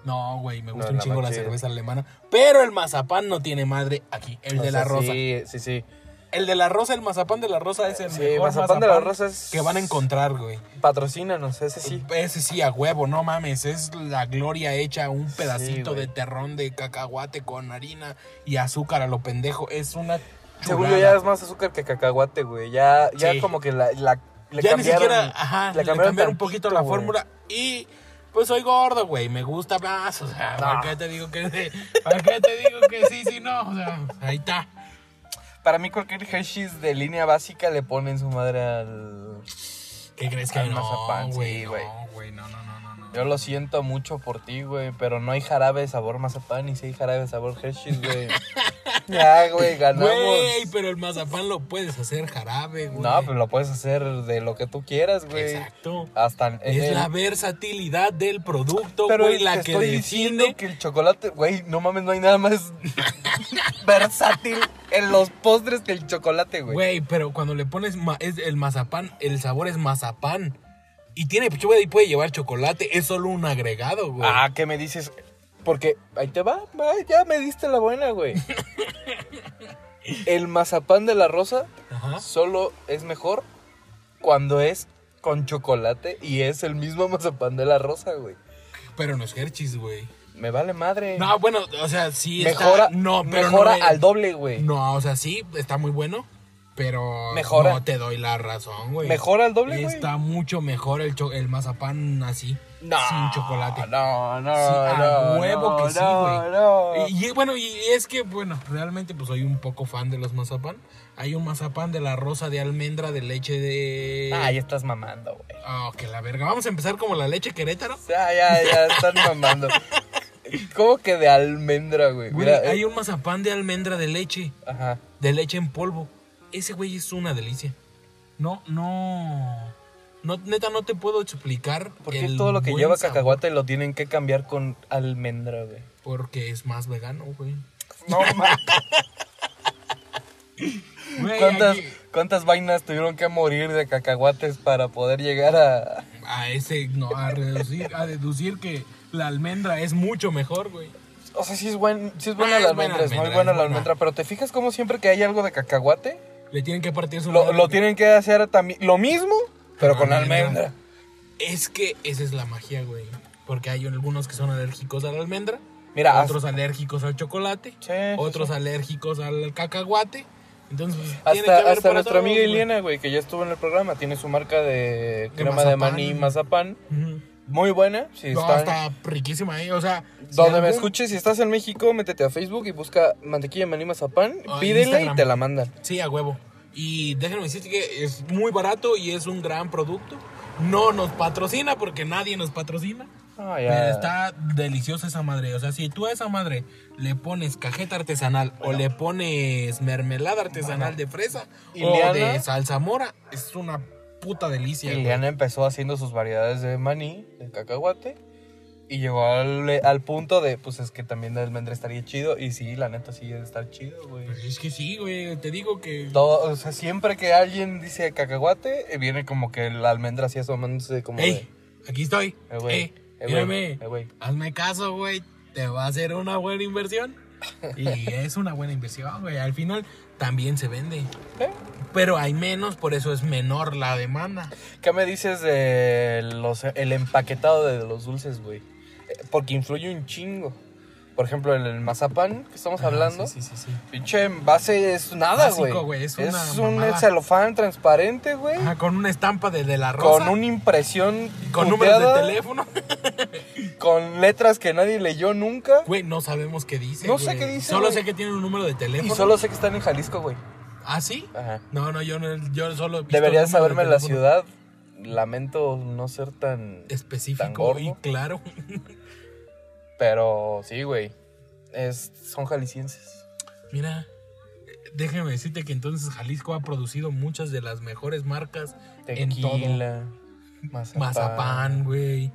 Speaker 2: No, güey, me gusta
Speaker 3: No,
Speaker 2: un
Speaker 3: la
Speaker 2: chingo la
Speaker 3: manchera.
Speaker 2: cerveza alemana. Pero el mazapán no tiene madre aquí. El
Speaker 3: O
Speaker 2: de
Speaker 3: sea,
Speaker 2: la rosa.
Speaker 3: Sí, sí, sí.
Speaker 2: El de la rosa, el mazapán de la rosa es el
Speaker 3: Sí,
Speaker 2: mejor
Speaker 3: mazapán de la rosa es-
Speaker 2: que van a encontrar, güey.
Speaker 3: Patrocínanos, ese sí.
Speaker 2: Ese sí, a huevo, no mames. Es la gloria hecha un pedacito
Speaker 3: güey.
Speaker 2: de terrón de cacahuate con harina y azúcar a lo pendejo. Es una.
Speaker 3: Según yo
Speaker 2: chulada.
Speaker 3: ya es más azúcar que cacahuate, güey. Ya, ya
Speaker 2: Sí.
Speaker 3: como que la, la- le
Speaker 2: Ya
Speaker 3: cambiaron.
Speaker 2: ni siquiera. Ajá, le cambiaron, un poquito
Speaker 3: tantito,
Speaker 2: la
Speaker 3: güey.
Speaker 2: fórmula. Y pues soy gordo, güey. Me gusta más. O sea, ¿para
Speaker 3: No.
Speaker 2: qué te digo que sí? ¿Para qué te digo que sí, si no? O sea, ahí está.
Speaker 3: Para mí cualquier Hershey's de línea básica le ponen su madre al...
Speaker 2: ¿Qué crees que
Speaker 3: Al
Speaker 2: no,
Speaker 3: mazapán, sí,
Speaker 2: güey?
Speaker 3: güey.
Speaker 2: No, güey, no, no, no, no, no.
Speaker 3: Yo lo siento mucho por ti, güey, pero no hay jarabe sabor mazapán y sí hay jarabe sabor Hershey's, güey. Ya, güey, ganamos.
Speaker 2: Güey, pero el mazapán lo puedes hacer jarabe, güey.
Speaker 3: No, pero lo puedes hacer de lo que tú quieras, güey.
Speaker 2: Exacto.
Speaker 3: Hasta en
Speaker 2: Es
Speaker 3: el-
Speaker 2: la versatilidad del producto,
Speaker 3: Pero
Speaker 2: güey,
Speaker 3: te
Speaker 2: la que
Speaker 3: estoy diciendo
Speaker 2: define.
Speaker 3: que el chocolate, güey, no mames, no hay nada más versátil en los postres que el chocolate, güey.
Speaker 2: Güey, pero cuando le pones ma- es el mazapán, el sabor es mazapán. Y tiene, pues, puede, puede llevar chocolate, es solo un agregado, güey.
Speaker 3: Ah, ¿qué me dices? Porque ahí te va, va, ya me diste la buena, güey. El mazapán de la rosa
Speaker 2: Ajá.
Speaker 3: solo es mejor cuando es con chocolate y es el mismo mazapán de la rosa, güey.
Speaker 2: Pero no es Hershey's, güey.
Speaker 3: Me vale madre.
Speaker 2: No, bueno, o sea, sí está-
Speaker 3: Eh. mejora
Speaker 2: no, pero
Speaker 3: mejora
Speaker 2: no es-
Speaker 3: al doble, güey.
Speaker 2: No, o sea, sí, está muy bueno, pero
Speaker 3: Mejora.
Speaker 2: no te doy la razón, güey.
Speaker 3: Mejora al doble, güey.
Speaker 2: Está mucho mejor el, cho- el mazapán así,
Speaker 3: No,
Speaker 2: sin chocolate.
Speaker 3: No, no,
Speaker 2: Sí, a
Speaker 3: no,
Speaker 2: huevo
Speaker 3: no,
Speaker 2: que sí,
Speaker 3: no,
Speaker 2: güey.
Speaker 3: no.
Speaker 2: Y, y bueno, y es que, bueno, realmente pues soy un poco fan de los mazapán. Hay un mazapán de la rosa de almendra de leche de...
Speaker 3: Ah, ya estás mamando, güey.
Speaker 2: Oh, que la verga. Vamos a empezar como la leche querétaro.
Speaker 3: Ya, Ah, ya, ya estás mamando. ¿Cómo que de almendra, güey?
Speaker 2: Güey,
Speaker 3: Mira, eh,
Speaker 2: hay un mazapán de almendra de leche,
Speaker 3: Ajá.
Speaker 2: de leche en polvo. Ese güey es una delicia. No, no... No, neta, no te puedo explicar.
Speaker 3: ¿Por qué
Speaker 2: el
Speaker 3: todo lo que
Speaker 2: buen
Speaker 3: lleva
Speaker 2: sabor?
Speaker 3: cacahuate lo tienen que cambiar con almendra, güey?
Speaker 2: Porque es más vegano, güey.
Speaker 3: No mames.
Speaker 2: Güey,
Speaker 3: ¿Cuántas,
Speaker 2: aquí-
Speaker 3: ¿Cuántas vainas tuvieron que morir de cacahuates para poder llegar a.
Speaker 2: a ese no a reducir a deducir que la almendra es mucho mejor güey
Speaker 3: O sea, sí es, buen, sí es buena
Speaker 2: Ah,
Speaker 3: la
Speaker 2: es buena
Speaker 3: almendra, es muy
Speaker 2: almendra,
Speaker 3: buena
Speaker 2: es
Speaker 3: la
Speaker 2: buena.
Speaker 3: almendra, pero ¿te fijas cómo siempre que hay algo de cacahuate,
Speaker 2: le tienen que partir su
Speaker 3: lo,
Speaker 2: madre.
Speaker 3: lo tienen que hacer también lo mismo, pero con almendra?
Speaker 2: es que esa es la magia güey porque hay algunos que son alérgicos a la almendra
Speaker 3: Mira,
Speaker 2: otros alérgicos al chocolate
Speaker 3: Sí, sí,
Speaker 2: otros alérgicos al cacahuate entonces pues, tiene que
Speaker 3: Hasta,
Speaker 2: haber
Speaker 3: hasta
Speaker 2: para
Speaker 3: nuestra
Speaker 2: todos,
Speaker 3: amiga
Speaker 2: güey.
Speaker 3: Iliana, güey, que ya estuvo en el programa, tiene su marca de
Speaker 2: De
Speaker 3: crema de
Speaker 2: mazapán.
Speaker 3: maní y mazapán.
Speaker 2: Ujú.
Speaker 3: Muy buena. Si
Speaker 2: No,
Speaker 3: están-
Speaker 2: está riquísima ¿eh? o sea si
Speaker 3: Donde me
Speaker 2: algún-
Speaker 3: escuches, si estás en México, métete a Facebook y busca mantequilla de maní mazapán,
Speaker 2: Ah,
Speaker 3: pídele y
Speaker 2: Instagram.
Speaker 3: te la mandan.
Speaker 2: Sí, a huevo. Y déjenme decirte que es muy barato y es un gran producto. No nos patrocina porque nadie nos patrocina.
Speaker 3: Ah,
Speaker 2: Pero
Speaker 3: ya.
Speaker 2: está deliciosa esa madre. O sea, si tú a esa madre le pones cajeta artesanal o le pones mermelada artesanal de fresa
Speaker 3: Ileana.
Speaker 2: o de salsa mora, es una puta delicia. güey.
Speaker 3: Iliana empezó haciendo sus variedades de maní, de cacahuate, y llegó al, al punto de, pues es que también de almendra estaría chido, y sí, la neta sí debe estar chido, güey.
Speaker 2: Pues es que sí, güey. Te digo que.
Speaker 3: Todo, o sea, siempre que alguien dice cacahuate, eh, viene como que la almendra así asomándose como
Speaker 2: ¡Ey! Aquí estoy.
Speaker 3: de... Eh, güey,
Speaker 2: ¡Ey!
Speaker 3: eh, güey,
Speaker 2: mírame.
Speaker 3: eh, güey.
Speaker 2: Hazme caso, güey. Te va a hacer una buena inversión. Y es una buena inversión, güey. Al final también se vende.
Speaker 3: Eh,
Speaker 2: Pero hay menos, por eso es menor la demanda.
Speaker 3: ¿Qué me dices de los, el empaquetado de los dulces, güey? Eh, Porque influye un chingo. Por ejemplo, el, el mazapán que estamos hablando,
Speaker 2: Ah, Sí, sí, sí. sí.
Speaker 3: pinche envase es nada,
Speaker 2: Básico,
Speaker 3: güey.
Speaker 2: güey, es
Speaker 3: Es
Speaker 2: una
Speaker 3: un
Speaker 2: mamada.
Speaker 3: celofán transparente, güey.
Speaker 2: Ajá, con una estampa de, de la rosa.
Speaker 3: Con una impresión
Speaker 2: con números de
Speaker 3: puteada,
Speaker 2: teléfono.
Speaker 3: con letras que nadie leyó nunca.
Speaker 2: Güey, no sabemos qué dice.
Speaker 3: No sé
Speaker 2: güey.
Speaker 3: qué dice,
Speaker 2: Solo
Speaker 3: güey.
Speaker 2: sé que tiene un número de teléfono.
Speaker 3: Y solo sé que están en Jalisco, güey.
Speaker 2: ¿Ah, sí?
Speaker 3: Ajá.
Speaker 2: No, no, yo, no, yo solo. he visto número
Speaker 3: Deberías
Speaker 2: de
Speaker 3: saberme la
Speaker 2: teléfono
Speaker 3: ciudad. Lamento no ser tan. tan
Speaker 2: Específico
Speaker 3: gordo.
Speaker 2: y claro.
Speaker 3: Pero sí, güey. Es, son jaliscienses.
Speaker 2: Mira, eh, déjame decirte que entonces Jalisco ha producido muchas de las mejores marcas en todo.
Speaker 3: Tequila. Mazapán.
Speaker 2: Mazapán, güey.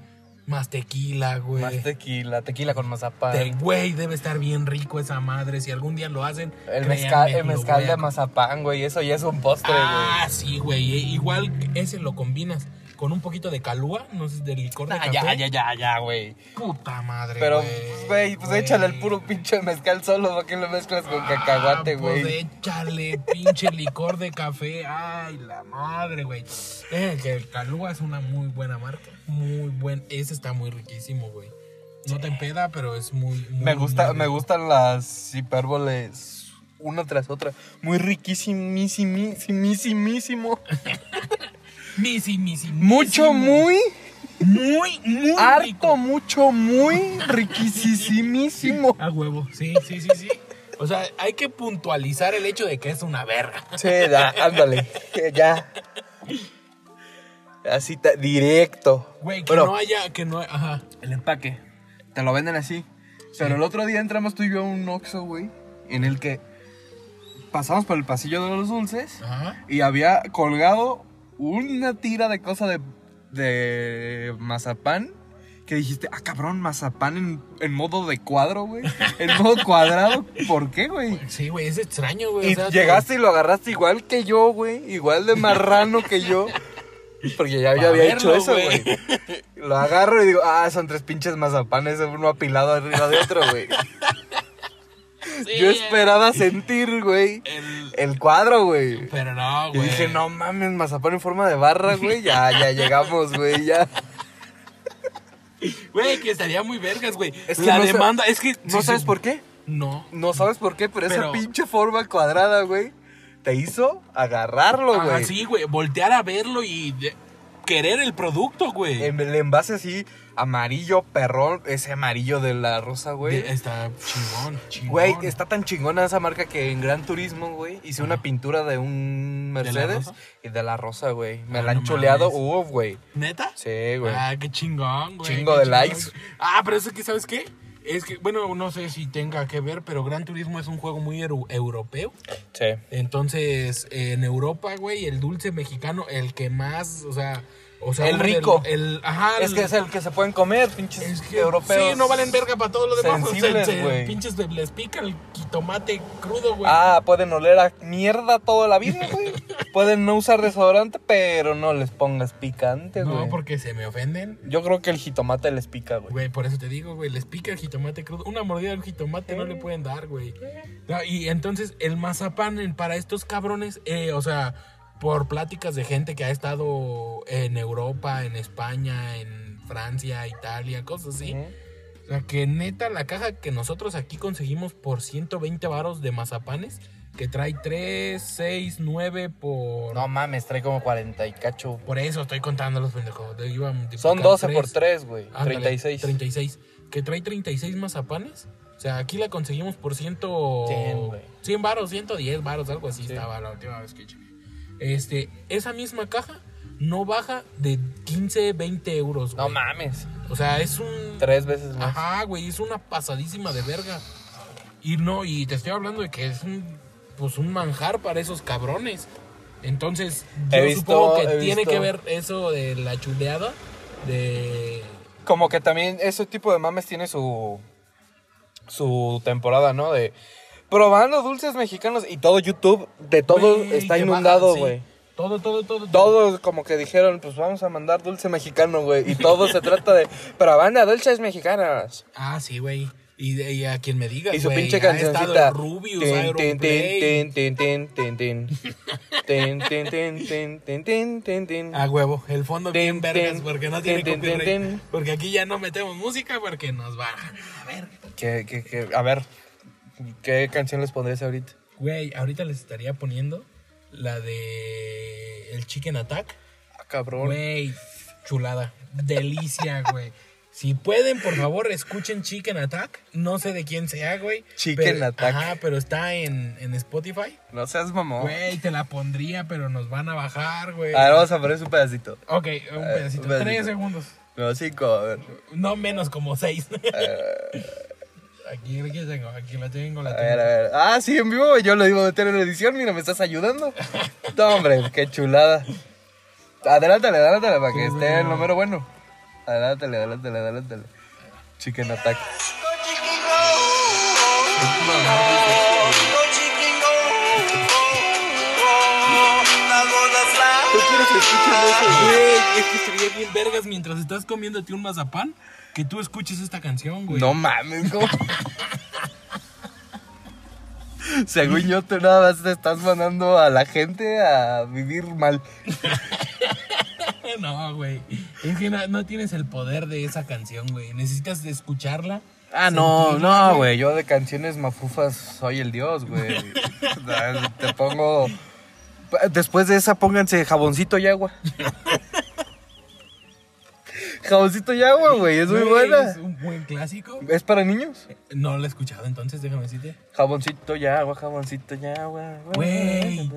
Speaker 2: Más tequila, güey.
Speaker 3: Más tequila. Tequila con mazapán.
Speaker 2: Te- Güey, debe estar bien rico esa madre. Si algún día lo hacen,
Speaker 3: el
Speaker 2: créanme,
Speaker 3: mezcal, el
Speaker 2: lo
Speaker 3: mezcal
Speaker 2: voy a
Speaker 3: de
Speaker 2: com-
Speaker 3: mazapán, güey. Eso ya es un postre, güey.
Speaker 2: Ah, sí, güey. eh, Igual ese lo combinas con un poquito de calúa, no sé, de licor de
Speaker 3: Ah,
Speaker 2: café.
Speaker 3: ya, ya, ya, ya, güey.
Speaker 2: Puta madre,
Speaker 3: Pero, pues, güey, pues échale el puro pinche mezcal solo, ¿para qué lo mezclas con cacahuate,
Speaker 2: Ah, pues,
Speaker 3: güey?
Speaker 2: échale pinche licor de café. Ay, la madre, güey. Eh, que el Calúa es una muy buena marca. Muy buen. Ese está muy riquísimo, güey. No te empeda, pero es muy. muy,
Speaker 3: Me gusta,
Speaker 2: muy
Speaker 3: me
Speaker 2: rico.
Speaker 3: gustan las hipérboles una tras otra. Muy riquísimísimísimísimo.
Speaker 2: Misi, misi,
Speaker 3: Mucho,
Speaker 2: misi,
Speaker 3: muy,
Speaker 2: Muy, muy.
Speaker 3: harto,
Speaker 2: rico.
Speaker 3: mucho, muy riquísimísimo.
Speaker 2: A huevo. Sí, sí, sí, sí. O sea, hay que puntualizar el hecho de que es una verga.
Speaker 3: Sí, da, ándale, que ya. Así, ta- directo.
Speaker 2: Güey, que
Speaker 3: Pero-
Speaker 2: no haya. Que no, ajá.
Speaker 3: El empaque. Te lo venden así. Pero el otro día entramos tú y yo a un Oxxo, güey. En el que pasamos por el pasillo de los dulces
Speaker 2: Ajá.
Speaker 3: y había colgado una tira de cosa de, de mazapán que dijiste, ah, cabrón, mazapán en, en modo de cuadro, güey. En modo cuadrado, ¿por qué, güey?
Speaker 2: Sí, güey, es extraño, güey. o
Speaker 3: Y
Speaker 2: sea,
Speaker 3: llegaste y lo agarraste igual que yo, güey. Igual de marrano que yo. Porque ya
Speaker 2: Pa'
Speaker 3: yo había
Speaker 2: verlo,
Speaker 3: hecho eso,
Speaker 2: güey.
Speaker 3: güey. Lo agarro y digo, ah, son tres pinches mazapanes, uno apilado arriba de otro, güey.
Speaker 2: tú- sí,
Speaker 3: Yo esperaba sentir, güey,
Speaker 2: el-
Speaker 3: el cuadro, güey.
Speaker 2: Pero no,
Speaker 3: Y
Speaker 2: güey.
Speaker 3: dije, no mames, mazapán en forma de barra, güey. Ya, ya llegamos, güey, ya.
Speaker 2: Güey, que estaría muy vergas, güey.
Speaker 3: Es que
Speaker 2: la
Speaker 3: no sé-
Speaker 2: demanda, es que.
Speaker 3: ¿No
Speaker 2: sí,
Speaker 3: sabes
Speaker 2: sí.
Speaker 3: por qué?
Speaker 2: No.
Speaker 3: No sabes por qué, pero,
Speaker 2: Pero-
Speaker 3: esa pinche forma cuadrada, güey, te hizo agarrarlo,
Speaker 2: Ajá,
Speaker 3: güey.
Speaker 2: sí, güey. Voltear a verlo y de- querer el producto, güey.
Speaker 3: En el envase así, amarillo, perrón, ese amarillo de la rosa, güey.
Speaker 2: De- Está chingón, chingón.
Speaker 3: Güey, está tan chingona esa marca que en Gran Turismo, güey, hice una pintura de un
Speaker 2: ¿De la
Speaker 3: Mercedes
Speaker 2: rosa?
Speaker 3: y de la rosa, güey. Me
Speaker 2: Ah,
Speaker 3: la han
Speaker 2: no
Speaker 3: chuleado,
Speaker 2: mames.
Speaker 3: uff, güey.
Speaker 2: ¿Neta?
Speaker 3: Sí, güey.
Speaker 2: Ah, qué chingón, güey.
Speaker 3: Chingo
Speaker 2: qué
Speaker 3: de
Speaker 2: chingón.
Speaker 3: likes.
Speaker 2: Ah, pero eso que, ¿sabes qué? Es que, bueno, no sé si tenga que ver, pero Gran Turismo es un juego muy eru- europeo.
Speaker 3: Sí.
Speaker 2: Entonces, en Europa, güey, el dulce mexicano, el que más, o sea, o sea
Speaker 3: El
Speaker 2: uno del-
Speaker 3: rico.
Speaker 2: el, ajá,
Speaker 3: Es que es el que se pueden comer, pinches
Speaker 2: es que-
Speaker 3: europeos.
Speaker 2: Sí, no valen verga para todo lo demás. o sea,
Speaker 3: Sensibles,
Speaker 2: se-
Speaker 3: güey.
Speaker 2: pinches de- les pica el jitomate crudo, güey.
Speaker 3: Ah, pueden oler a mierda toda la vida, güey. pueden no usar desodorante, pero no les pongas picante,
Speaker 2: no,
Speaker 3: güey.
Speaker 2: porque se me ofenden.
Speaker 3: Yo creo que el jitomate les pica, güey.
Speaker 2: Güey, por eso te digo, güey, les pica el jitomate crudo. Una mordida al jitomate no le pueden dar, güey. No, y entonces el mazapán en- para estos cabrones, eh, o sea, por pláticas de gente que ha estado en Europa, en España, en Francia, Italia, cosas así.
Speaker 3: Ujú.
Speaker 2: O sea, que neta la caja que nosotros aquí conseguimos por 120 varos de mazapanes, que trae 3, 6, 9 por...
Speaker 3: No mames, trae como 40 y cacho.
Speaker 2: Por eso estoy contando los pendejos. de- iba a multiplicar
Speaker 3: Son 12 por
Speaker 2: tres.
Speaker 3: 3, güey.
Speaker 2: Ándale,
Speaker 3: 36.
Speaker 2: 36. Que trae 36 mazapanes. O sea, aquí la conseguimos por 100...
Speaker 3: Cien, güey.
Speaker 2: 100 varos, 110 varos, algo así
Speaker 3: Sí.
Speaker 2: estaba la última vez que chequeé. Este, esa misma caja no baja de 15, 20 euros.
Speaker 3: No
Speaker 2: güey.
Speaker 3: mames.
Speaker 2: O sea, es un...
Speaker 3: Tres veces más.
Speaker 2: Ajá, güey, es una pasadísima de verga. Y no, y te estoy hablando de que es un, pues un manjar para esos cabrones. Entonces, yo
Speaker 3: He visto-
Speaker 2: supongo que
Speaker 3: he
Speaker 2: tiene
Speaker 3: visto.
Speaker 2: que ver eso de la chuleada de...
Speaker 3: Como que también ese tipo de mames tiene su. Su temporada, ¿no? De. Probando dulces mexicanos y todo YouTube, de todo
Speaker 2: Güey,
Speaker 3: está
Speaker 2: que
Speaker 3: inundado,
Speaker 2: bajan, sí.
Speaker 3: güey.
Speaker 2: Todo, todo, todo.
Speaker 3: Todos como que dijeron, pues vamos a mandar dulce mexicano, güey. Y todo se trata de. Probando dulces mexicanas.
Speaker 2: Ah, sí, güey. Y, de- y a quien me diga,
Speaker 3: Y su
Speaker 2: güey,
Speaker 3: pinche
Speaker 2: ha estado
Speaker 3: cancioncita.
Speaker 2: el Rubius,
Speaker 3: Tin, tin,
Speaker 2: Aeroplay.
Speaker 3: tin, tin, tin, tin, tin. Tin, tin, tin, tin, tin, tin, tin, tin.
Speaker 2: A Ah, huevo, el fondo bien
Speaker 3: Tin,
Speaker 2: vergas,
Speaker 3: tin,
Speaker 2: porque no tiene
Speaker 3: tin, tin,
Speaker 2: copyright.
Speaker 3: tin, tin.
Speaker 2: Porque aquí ya no metemos música porque nos bajan. A ver,
Speaker 3: Que, que, que, a ver, ¿qué canción les pondrías ahorita?
Speaker 2: Güey, ahorita les estaría poniendo la de el Chicken Attack.
Speaker 3: Ah, cabrón.
Speaker 2: Güey, chulada, delicia, güey. Si pueden, por favor, escuchen Chicken Attack. No sé de quién sea, güey.
Speaker 3: Chicken
Speaker 2: pero-
Speaker 3: Attack.
Speaker 2: Ajá, pero está en, en Spotify.
Speaker 3: No seas mamón.
Speaker 2: Güey, te la pondría, pero nos van a bajar, güey.
Speaker 3: A ver, vamos a poner su pedacito.
Speaker 2: Ok, un pedacito.
Speaker 3: un pedacito.
Speaker 2: Tres segundos.
Speaker 3: No, cinco, a ver.
Speaker 2: No menos como seis. aquí, aquí tengo, aquí la tengo, la
Speaker 3: Eh. A
Speaker 2: tengo.
Speaker 3: ver, a ver. Ah, sí, en vivo, yo lo iba a meter en la edición, mira, me estás ayudando. No, hombre, qué chulada. Adelántale, adelántale, para que esté el número bueno. Adelántale, adelántale, adelántale. Chicken Attack.
Speaker 2: Güey, es que sería bien vergas mientras estás comiéndote un mazapán que tú escuches esta canción, güey.
Speaker 3: No mames, ¿cómo? Según yo, tú nada más te estás mandando a la gente a vivir mal.
Speaker 2: No, güey. Es que no, no tienes el poder de esa canción, güey. Necesitas de escucharla.
Speaker 3: Ah, no,
Speaker 2: sentirla,
Speaker 3: no, güey. Yo de canciones mafufas soy el dios, güey. Ah, Te pongo. Después de esa, pónganse jaboncito y agua. Jaboncito y agua, güey. Es muy
Speaker 2: Güey,
Speaker 3: buena.
Speaker 2: Es un buen clásico.
Speaker 3: ¿Es para niños?
Speaker 2: No la he escuchado, entonces déjame decirte.
Speaker 3: Jaboncito y agua, jaboncito y agua.
Speaker 2: Güey.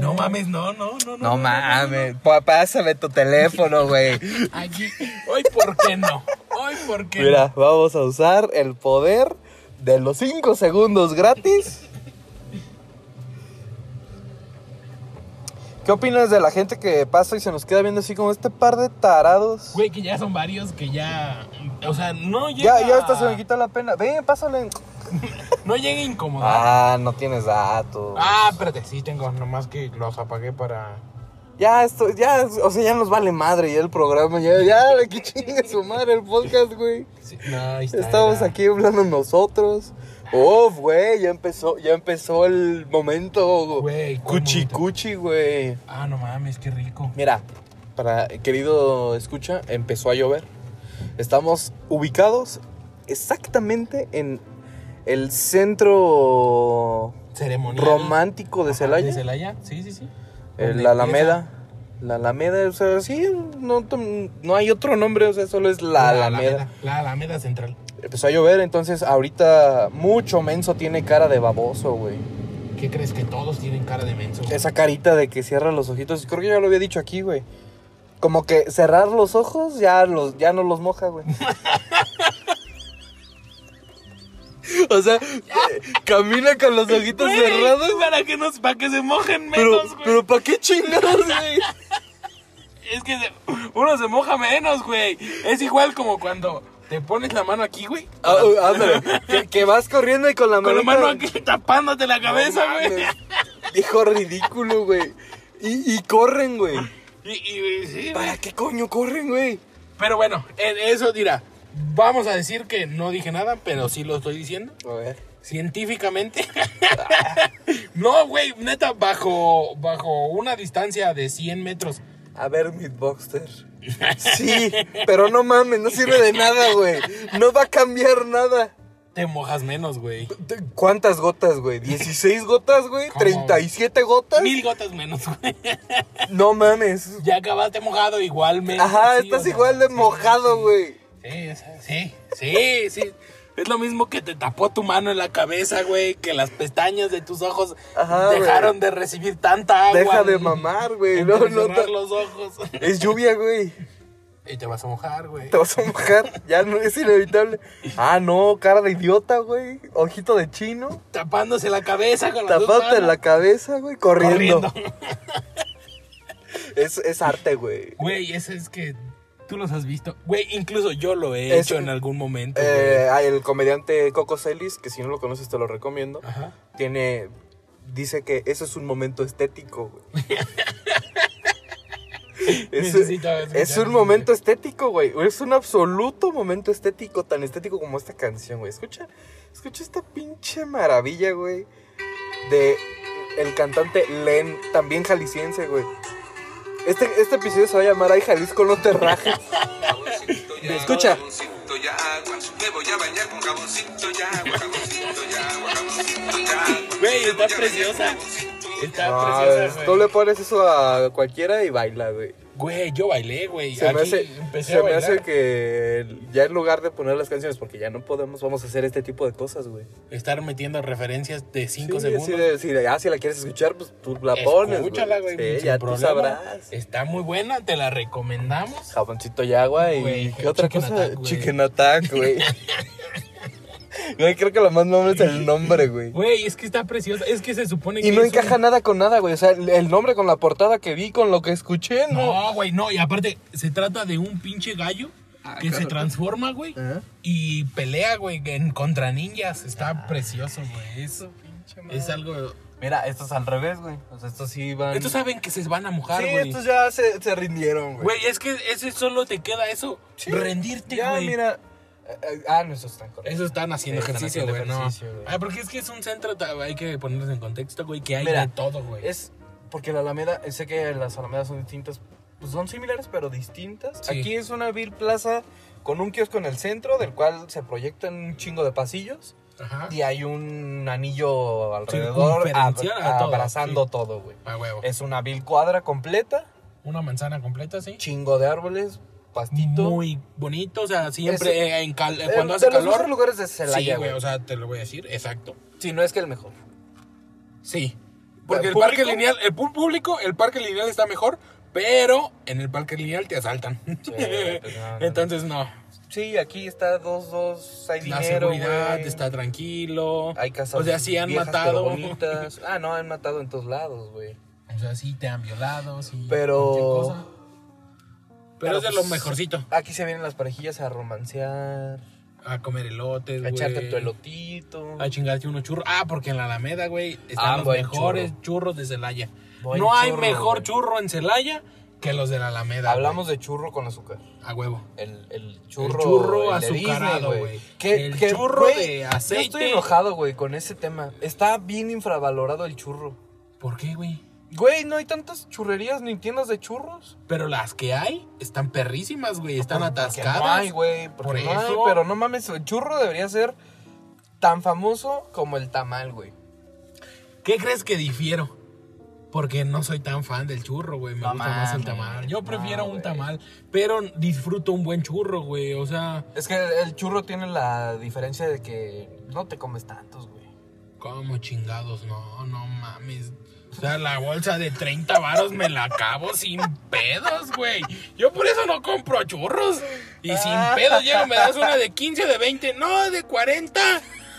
Speaker 2: No mames, no, no, no.
Speaker 3: No mames, pa- pásame tu teléfono, güey.
Speaker 2: Aquí, hoy por qué no. Hoy por qué no.
Speaker 3: Mira, vamos a usar el poder de los 5 segundos gratis ¿Qué opinas de la gente que pasa y se nos queda viendo así como este par de tarados?
Speaker 2: Güey, que ya son varios que ya. O sea, no llega.
Speaker 3: ya, ya hasta se me quita la pena. Ven, pásale.
Speaker 2: No llega a incomodar.
Speaker 3: Ah, pues. no tienes datos.
Speaker 2: Ah, espérate, sí tengo, nomás que los apagué para.
Speaker 3: Ya, esto, ya, o sea, ya nos vale madre ya el programa. Ya, ya, de que chingue su madre el podcast, güey.
Speaker 2: Sí, no, ahí está,
Speaker 3: Estamos
Speaker 2: era.
Speaker 3: aquí hablando nosotros. Oh, güey, ya empezó, ya empezó el momento.
Speaker 2: Güey, ¿cuál
Speaker 3: cuchi
Speaker 2: momento?
Speaker 3: cuchi, güey.
Speaker 2: Ah, no mames, qué rico.
Speaker 3: Mira, para querido escucha, empezó a llover. Estamos ubicados exactamente en el centro
Speaker 2: Ceremonial.
Speaker 3: romántico de
Speaker 2: Ajá,
Speaker 3: Celaya,
Speaker 2: Ah, Celaya, sí, sí, sí.
Speaker 3: eh,
Speaker 2: Donde
Speaker 3: la Alameda. La Alameda, o sea, sí, no, tom- no hay otro nombre, o sea, solo es
Speaker 2: empieza
Speaker 3: la Alameda.
Speaker 2: La Alameda Central.
Speaker 3: Empezó a llover, entonces ahorita mucho menso tiene cara de baboso, güey.
Speaker 2: ¿Qué crees que todos tienen cara de menso? güey?
Speaker 3: Esa carita de que cierra los ojitos, creo que ya lo había dicho aquí, güey. Como que cerrar los ojos ya, los, ya no los moja, güey. o sea, eh, camina con los ojitos
Speaker 2: Güey,
Speaker 3: cerrados,
Speaker 2: Para que, nos, para que se mojen
Speaker 3: pero,
Speaker 2: menos, güey.
Speaker 3: pero ¿para qué chingados, güey?
Speaker 2: Es que se- uno se moja menos, güey. Es igual como cuando te pones la mano aquí, güey.
Speaker 3: Ah, uh, ándale, que, que vas corriendo y con la
Speaker 2: Con la
Speaker 3: manita-
Speaker 2: mano aquí tapándote la cabeza,
Speaker 3: No
Speaker 2: güey.
Speaker 3: mames, Hijo ridículo, güey. Y, y corren, güey.
Speaker 2: Y, y- y sí, güey.
Speaker 3: ¿Para qué coño corren, güey?
Speaker 2: Pero bueno, en eso dirá. Vamos a decir que no dije nada, pero sí lo estoy diciendo.
Speaker 3: A ver.
Speaker 2: Científicamente. no, güey, neta, bajo, bajo una distancia de 100 metros.
Speaker 3: A ver, Midboxer. Sí, pero no mames, no sirve de nada, güey. No va a cambiar nada.
Speaker 2: Te mojas menos, güey.
Speaker 3: Te- ¿Cuántas gotas, güey? ¿16 gotas, güey?
Speaker 2: ¿Cómo, güey?
Speaker 3: ¿37 gotas?
Speaker 2: Mil gotas menos, güey.
Speaker 3: No mames.
Speaker 2: Ya acabaste mojado igualmente.
Speaker 3: Ajá,
Speaker 2: sí, o
Speaker 3: estás
Speaker 2: sea,
Speaker 3: igual de
Speaker 2: sí,
Speaker 3: mojado, güey.
Speaker 2: Sí, o sea, sí, sí, sí. Es lo mismo que te tapó tu mano en la cabeza, güey, que las pestañas de tus ojos
Speaker 3: Ajá,
Speaker 2: dejaron de recibir tanta agua.
Speaker 3: Deja de
Speaker 2: al-
Speaker 3: mamar, güey.
Speaker 2: al
Speaker 3: No, no.
Speaker 2: cerrar
Speaker 3: te-
Speaker 2: los ojos.
Speaker 3: Es lluvia, güey.
Speaker 2: Y te vas a mojar, güey.
Speaker 3: Te vas a mojar. Ya no es inevitable. Ah, no, cara de idiota, güey. Ojito de chino.
Speaker 2: Tapándose la cabeza con las dos
Speaker 3: Tapate
Speaker 2: manos.
Speaker 3: la cabeza, güey. Corriendo.
Speaker 2: corriendo.
Speaker 3: Es, es arte, güey.
Speaker 2: Güey, eso es que tú los has visto. Güey, incluso yo lo he
Speaker 3: Es-
Speaker 2: hecho en algún momento.
Speaker 3: Eh, hay el comediante Coco Celis, que si no lo conoces te lo recomiendo,
Speaker 2: güey. Ajá.
Speaker 3: tiene. Dice que eso es un momento estético, güey. Es,
Speaker 2: Necesito
Speaker 3: es
Speaker 2: escuchar
Speaker 3: un momento estético, güey. Es un absoluto momento estético, tan estético como esta canción, güey. Escucha, escucha esta pinche maravilla, güey. De el cantante Len, también jalisciense, güey. Este, este episodio se va a llamar Ay Jalisco, no te rajes. Escucha.
Speaker 4: Jaboncito y agua, me voy a bañar con jaboncito y agua, jaboncito y agua, jaboncito y agua.
Speaker 2: Güey, está
Speaker 4: Me voy a bañar
Speaker 2: preciosa.
Speaker 4: con jaboncito y
Speaker 2: Está
Speaker 3: Ah,
Speaker 2: preciosa,
Speaker 3: tú
Speaker 2: güey.
Speaker 3: le pones eso a cualquiera y baila, güey.
Speaker 2: Güey, yo bailé, güey.
Speaker 3: Se, me
Speaker 2: Aquí
Speaker 3: hace,
Speaker 2: empecé
Speaker 3: se
Speaker 2: a
Speaker 3: me
Speaker 2: bailar.
Speaker 3: hace que ya en lugar de poner las canciones, porque ya no podemos, vamos a hacer este tipo de cosas, güey.
Speaker 2: Estar metiendo referencias de 5
Speaker 3: Sí,
Speaker 2: segundos.
Speaker 3: así de- así de, ah, si la quieres escuchar, pues tú la pones.
Speaker 2: Escúchala, güey.
Speaker 3: Sí,
Speaker 2: sin
Speaker 3: ya tú
Speaker 2: problema.
Speaker 3: sabrás.
Speaker 2: Está muy buena, te la recomendamos.
Speaker 3: Jaboncito y agua y
Speaker 2: Güey,
Speaker 3: ¿qué otra
Speaker 2: Chicken
Speaker 3: cosa?
Speaker 2: Attack, güey.
Speaker 3: Chicken Attack, güey. Güey, creo que lo más noble es el nombre, güey.
Speaker 2: Güey, es que está preciosa. Es que se supone que.
Speaker 3: Y no
Speaker 2: es
Speaker 3: encaja
Speaker 2: un-
Speaker 3: nada con nada, güey. O sea, el el nombre con la portada que vi, con lo que escuché, no.
Speaker 2: No, güey, no. Y aparte, se trata de un pinche gallo que se transforma, güey.
Speaker 3: Ajá.
Speaker 2: Y pelea, güey, en contra ninjas. Está precioso, güey. Eso, Es
Speaker 3: Ah.
Speaker 2: algo.
Speaker 3: Mira, estos al revés, güey. O sea, estos sí van.
Speaker 2: Estos saben que se van a mojar,
Speaker 3: sí,
Speaker 2: güey.
Speaker 3: estos ya se, se rindieron, güey.
Speaker 2: Güey, es que ese solo te queda eso.
Speaker 3: Sí.
Speaker 2: Rendirte,
Speaker 3: Ya,
Speaker 2: güey.
Speaker 3: mira. eh, eh, Ah, no, estos están correctos.
Speaker 2: Eso están haciendo
Speaker 3: Sí, están
Speaker 2: ejercicio,
Speaker 3: haciendo
Speaker 2: güey. No.
Speaker 3: ejercicio, güey.
Speaker 2: Ah, porque es que es un centro, ta- hay que ponerlos en contexto, güey, que hay
Speaker 3: Mira,
Speaker 2: de todo, güey.
Speaker 3: Es porque la Alameda, eh, sé que las Alamedas son distintas. Pues son similares, pero distintas.
Speaker 2: Sí.
Speaker 3: Aquí es una Bill Plaza con un kiosco en el centro, del cual se proyectan un chingo de pasillos.
Speaker 2: Ajá.
Speaker 3: Y hay un anillo alrededor ab-
Speaker 2: Circunferencial a todo,
Speaker 3: abrazando
Speaker 2: sí.
Speaker 3: todo, güey.
Speaker 2: A huevo.
Speaker 3: Es una Bill cuadra completa,
Speaker 2: Una manzana completa, sí.
Speaker 3: chingo de árboles, pastito.
Speaker 2: Muy bonito, o sea, siempre
Speaker 3: Es-
Speaker 2: eh, en cal- eh,
Speaker 3: Eh,
Speaker 2: cuando
Speaker 3: de
Speaker 2: hace
Speaker 3: los mejores
Speaker 2: calor.
Speaker 3: lugares de Celaya,
Speaker 2: Sí, güey,
Speaker 3: güey.
Speaker 2: o sea, te lo voy a decir, exacto.
Speaker 3: Si no es que el mejor.
Speaker 2: Sí. Porque el
Speaker 3: ¿Público?
Speaker 2: parque lineal, el pu- público, el parque lineal está mejor, pero en el parque lineal te asaltan.
Speaker 3: pues, no, no, no.
Speaker 2: Entonces, no.
Speaker 3: Sí, aquí está dos, dos, hay
Speaker 2: La
Speaker 3: dinero,
Speaker 2: seguridad
Speaker 3: güey.
Speaker 2: está tranquilo.
Speaker 3: Hay casas
Speaker 2: O sea, sí han
Speaker 3: viejas,
Speaker 2: matado.
Speaker 3: pero bonitas. Ah, no, han matado en todos lados, güey.
Speaker 2: O sea, sí te han violado, sí.
Speaker 3: Pero-
Speaker 2: cualquier cosa. Pero,
Speaker 3: Pero,
Speaker 2: es de lo
Speaker 3: pues,
Speaker 2: mejorcito.
Speaker 3: Aquí se vienen las parejillas a romancear,
Speaker 2: A comer elotes,
Speaker 3: a
Speaker 2: güey.
Speaker 3: echarte tu elotito.
Speaker 2: A chingarte unos churros. Ah, porque en la Alameda, güey, están
Speaker 3: Ah,
Speaker 2: los
Speaker 3: buen
Speaker 2: mejores
Speaker 3: churro.
Speaker 2: churros de Celaya.
Speaker 3: Buen
Speaker 2: no hay
Speaker 3: churro,
Speaker 2: mejor
Speaker 3: güey.
Speaker 2: churro en Celaya que los de la Alameda.
Speaker 3: Hablamos de churro con azúcar.
Speaker 2: güey. a huevo.
Speaker 3: El, el churro,
Speaker 2: el churro
Speaker 3: el de Disney,
Speaker 2: azucarado,
Speaker 3: güey.
Speaker 2: güey.
Speaker 3: Que-
Speaker 2: El
Speaker 3: que,
Speaker 2: churro
Speaker 3: güey,
Speaker 2: de
Speaker 3: Yo
Speaker 2: aceite.
Speaker 3: estoy enojado, güey, con ese tema. Está bien infravalorado el churro.
Speaker 2: ¿Por qué, güey?
Speaker 3: Güey, no hay tantas churrerías ni tiendas de churros.
Speaker 2: Pero las que hay están perrísimas, güey. Están
Speaker 3: Porque
Speaker 2: atascadas.
Speaker 3: No hay, güey. porque
Speaker 2: Por
Speaker 3: no hay,
Speaker 2: eso.
Speaker 3: pero no mames, el churro debería ser tan famoso como el tamal, güey.
Speaker 2: ¿Qué crees que difiero? Porque no soy tan fan del churro, güey. Me
Speaker 3: No
Speaker 2: gusta más el
Speaker 3: mames,
Speaker 2: tamal. Yo
Speaker 3: no,
Speaker 2: prefiero un
Speaker 3: güey.
Speaker 2: tamal, pero disfruto un buen churro, güey. O sea,
Speaker 3: Es que el churro tiene la diferencia de que no te comes tantos, güey.
Speaker 2: como chingados, no, no mames. O sea, la bolsa de 30 varos me la acabo sin pedos, güey. Yo por eso no compro churros. Y sin
Speaker 3: Ah.
Speaker 2: pedos llego, me das una de 15, de 20, no, de 40.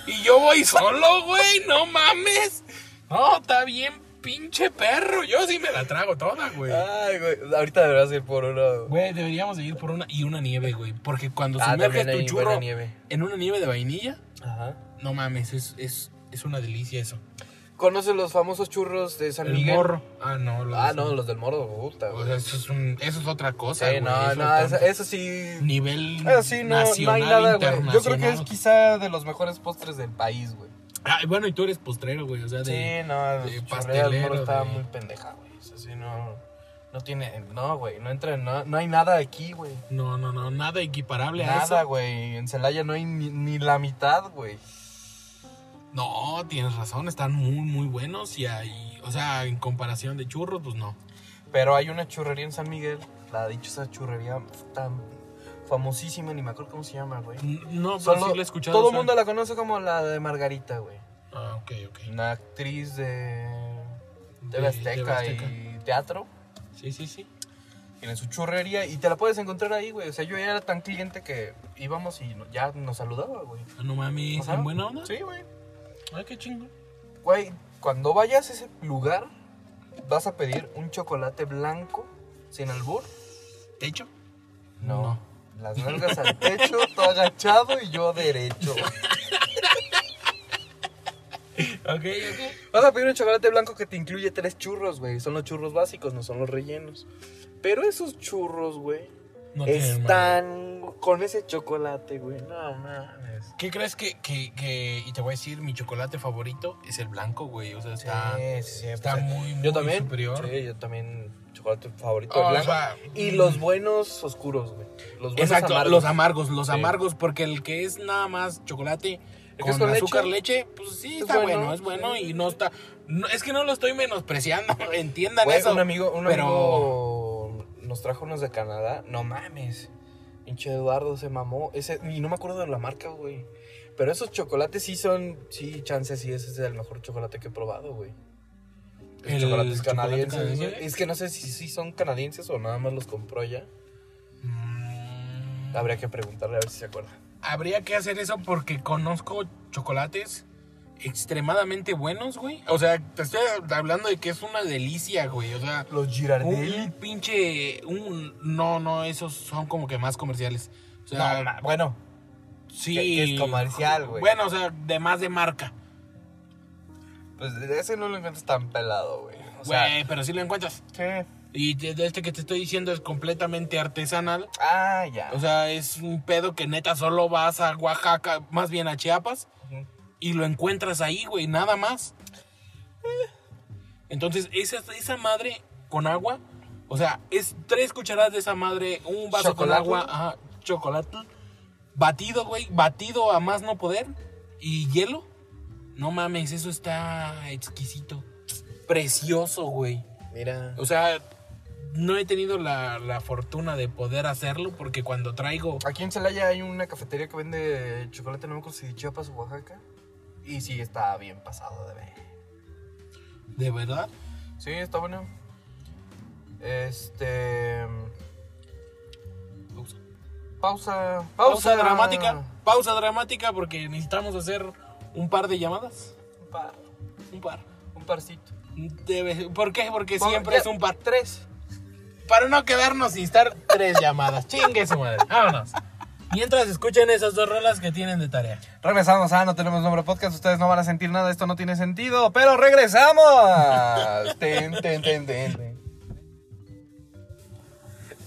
Speaker 2: Y yo voy solo, güey, no mames. No, está bien pinche perro. Yo sí me la trago toda, güey.
Speaker 3: Ay, güey. Ahorita deberás ir por uno.
Speaker 2: Güey, deberíamos de ir por una y una nieve, güey. Porque cuando
Speaker 3: Ah,
Speaker 2: sumerges
Speaker 3: también hay
Speaker 2: tu
Speaker 3: buena
Speaker 2: churro
Speaker 3: nieve.
Speaker 2: en una nieve de vainilla,
Speaker 3: Ajá.
Speaker 2: no mames, es, es, es una delicia eso.
Speaker 3: ¿Conoces los famosos churros de San
Speaker 2: El
Speaker 3: Miguel?
Speaker 2: morro. Ah, no. lo
Speaker 3: Ah,
Speaker 2: de-
Speaker 3: no, los del morro, puta,
Speaker 2: O
Speaker 3: güey.
Speaker 2: sea, eso, es un- eso es otra cosa,
Speaker 3: Sí,
Speaker 2: güey.
Speaker 3: no,
Speaker 2: eso
Speaker 3: no,
Speaker 2: es
Speaker 3: Pues, eso,
Speaker 2: tanto
Speaker 3: eso sí.
Speaker 2: Nivel
Speaker 3: Eso sí, no, no
Speaker 2: nacional,
Speaker 3: hay nada, güey.
Speaker 2: internacional.
Speaker 3: Yo creo que es quizá de los mejores postres del país, güey.
Speaker 2: Ah, y bueno, y tú eres postrero, güey. O sea, de...
Speaker 3: Sí, no,
Speaker 2: de
Speaker 3: el
Speaker 2: pastelero,
Speaker 3: pastelero morro estaba
Speaker 2: de-
Speaker 3: muy pendeja, güey. O sea, sí, no, no tiene, no, güey, no entra, no, no hay nada aquí, güey.
Speaker 2: No, no, no, nada equiparable a
Speaker 3: Nada,
Speaker 2: eso.
Speaker 3: güey, en Celaya no hay ni, ni la mitad, güey.
Speaker 2: No, tienes razón, están muy, muy buenos. Y ahí, o sea, en comparación de churros, pues no.
Speaker 3: Pero hay una churrería en San Miguel, la dichosa churrería tan famosísima, ni me acuerdo cómo se llama, güey.
Speaker 2: No, pero
Speaker 3: Solo-
Speaker 2: sí lo he escuchado.
Speaker 3: todo
Speaker 2: o
Speaker 3: el
Speaker 2: sea-
Speaker 3: mundo la conoce como la de Margarita, güey.
Speaker 2: Ah, ok, ok.
Speaker 3: Una actriz de
Speaker 2: De-
Speaker 3: TV Azteca,
Speaker 2: de Azteca.
Speaker 3: y teatro.
Speaker 2: Sí, sí, sí.
Speaker 3: Tiene su churrería y te la puedes encontrar ahí, güey. O sea, yo ya era tan cliente que íbamos y no- ya nos saludaba, güey.
Speaker 2: Ah, No mami,
Speaker 3: Ajá.
Speaker 2: ¿en buena onda?
Speaker 3: Sí, güey.
Speaker 2: Ay, qué chingo.
Speaker 3: Güey, cuando vayas a ese lugar, vas a pedir un chocolate blanco sin albur.
Speaker 2: ¿Techo?
Speaker 3: Las nalgas al techo, todo agachado y yo derecho.
Speaker 2: Ok, ok.
Speaker 3: Vas a pedir un chocolate blanco que te incluye tres churros, güey. Son los churros básicos, no son los rellenos. Pero esos churros, güey,
Speaker 2: No tienen madre.
Speaker 3: están con ese chocolate, güey. No mames.
Speaker 2: ¿Qué crees que, que, que- y te voy a decir, mi chocolate favorito es el blanco, güey? O sea, está,
Speaker 3: Sí, sí, sí,
Speaker 2: está
Speaker 3: pues,
Speaker 2: muy, muy
Speaker 3: yo también,
Speaker 2: superior. Ah,
Speaker 3: Sí, yo también. Chocolate favorito
Speaker 2: O
Speaker 3: blanco.
Speaker 2: sea,
Speaker 3: y
Speaker 2: mm.
Speaker 3: los buenos oscuros, güey. Los buenos
Speaker 2: Exacto,
Speaker 3: amargos.
Speaker 2: los amargos, los
Speaker 3: Sí.
Speaker 2: amargos, porque el que es nada más chocolate
Speaker 3: que
Speaker 2: con,
Speaker 3: es con
Speaker 2: azúcar, leche, pues sí,
Speaker 3: Es
Speaker 2: está bueno,
Speaker 3: bueno,
Speaker 2: es bueno
Speaker 3: sí.
Speaker 2: y no está... no, es que no lo estoy menospreciando, entiendan
Speaker 3: Güey,
Speaker 2: eso.
Speaker 3: un amigo, un
Speaker 2: pero-
Speaker 3: amigo nos trajo unos de Canadá. No mames. Pinche Eduardo se mamó. Ese, y no me acuerdo de la marca, güey. Pero esos chocolates sí son. Sí, chances, sí, ese es el mejor chocolate que he probado, güey.
Speaker 2: El
Speaker 3: Los chocolates
Speaker 2: chocolate
Speaker 3: canadienses.
Speaker 2: canadiense.
Speaker 3: güey. Es que no sé si sí son canadienses o nada más los compró ya.
Speaker 2: Mm.
Speaker 3: Habría que preguntarle a ver si se acuerda.
Speaker 2: Habría que hacer eso porque conozco chocolates extremadamente buenos, güey. O sea, te estoy hablando de que es una delicia, güey. O sea,
Speaker 3: Los
Speaker 2: un,
Speaker 3: Girardelli.
Speaker 2: un pinche. Un, no, no, esos son como que más comerciales. O sea,
Speaker 3: No, ma- bueno,
Speaker 2: sí.
Speaker 3: que- que es comercial, güey.
Speaker 2: Bueno, o sea, de más de marca.
Speaker 3: pues ese no lo encuentras tan pelado, güey. O sea,
Speaker 2: Güey, pero sí lo encuentras.
Speaker 3: ¿qué?
Speaker 2: Y de de este que te estoy diciendo es completamente artesanal.
Speaker 3: Ah, ya.
Speaker 2: O sea, es un pedo que neta solo vas a Oaxaca, más bien a Chiapas,
Speaker 3: Ujú.
Speaker 2: y lo encuentras ahí, güey, nada más. Entonces, esa, esa madre con agua, o sea, es tres cucharadas de esa madre, un vaso
Speaker 3: Chocolate.
Speaker 2: con agua, ajá, chocolate, batido, güey, batido a más no poder, y hielo. No mames, eso está exquisito. Precioso, güey.
Speaker 3: Mira.
Speaker 2: O sea, no he tenido la, la fortuna de poder hacerlo porque cuando traigo...
Speaker 3: Aquí en Celaya hay una cafetería que vende chocolate, no me acuerdo si de Chiapas o Oaxaca. Y sí, está bien pasado de ver.
Speaker 2: De verdad.
Speaker 3: Sí, está bueno. Este. pues,
Speaker 2: Pausa.
Speaker 3: Pausa. Pausa,
Speaker 2: Pausa dramática. Pausa dramática porque necesitamos hacer un par de llamadas.
Speaker 3: Un par.
Speaker 2: Un par.
Speaker 3: Un parcito.
Speaker 2: Debe- ¿Por qué? Porque
Speaker 3: Vamos,
Speaker 2: siempre
Speaker 3: ya.
Speaker 2: es un par tres. Para no quedarnos sin estar tres llamadas. Chingue su madre. Vámonos. Mientras escuchen esas dos rolas que tienen de tarea.
Speaker 3: Regresamos, ah, no tenemos nombre de podcast, ustedes no van a sentir nada, esto no tiene sentido, pero regresamos. Ten, ten, ten, ten, ten.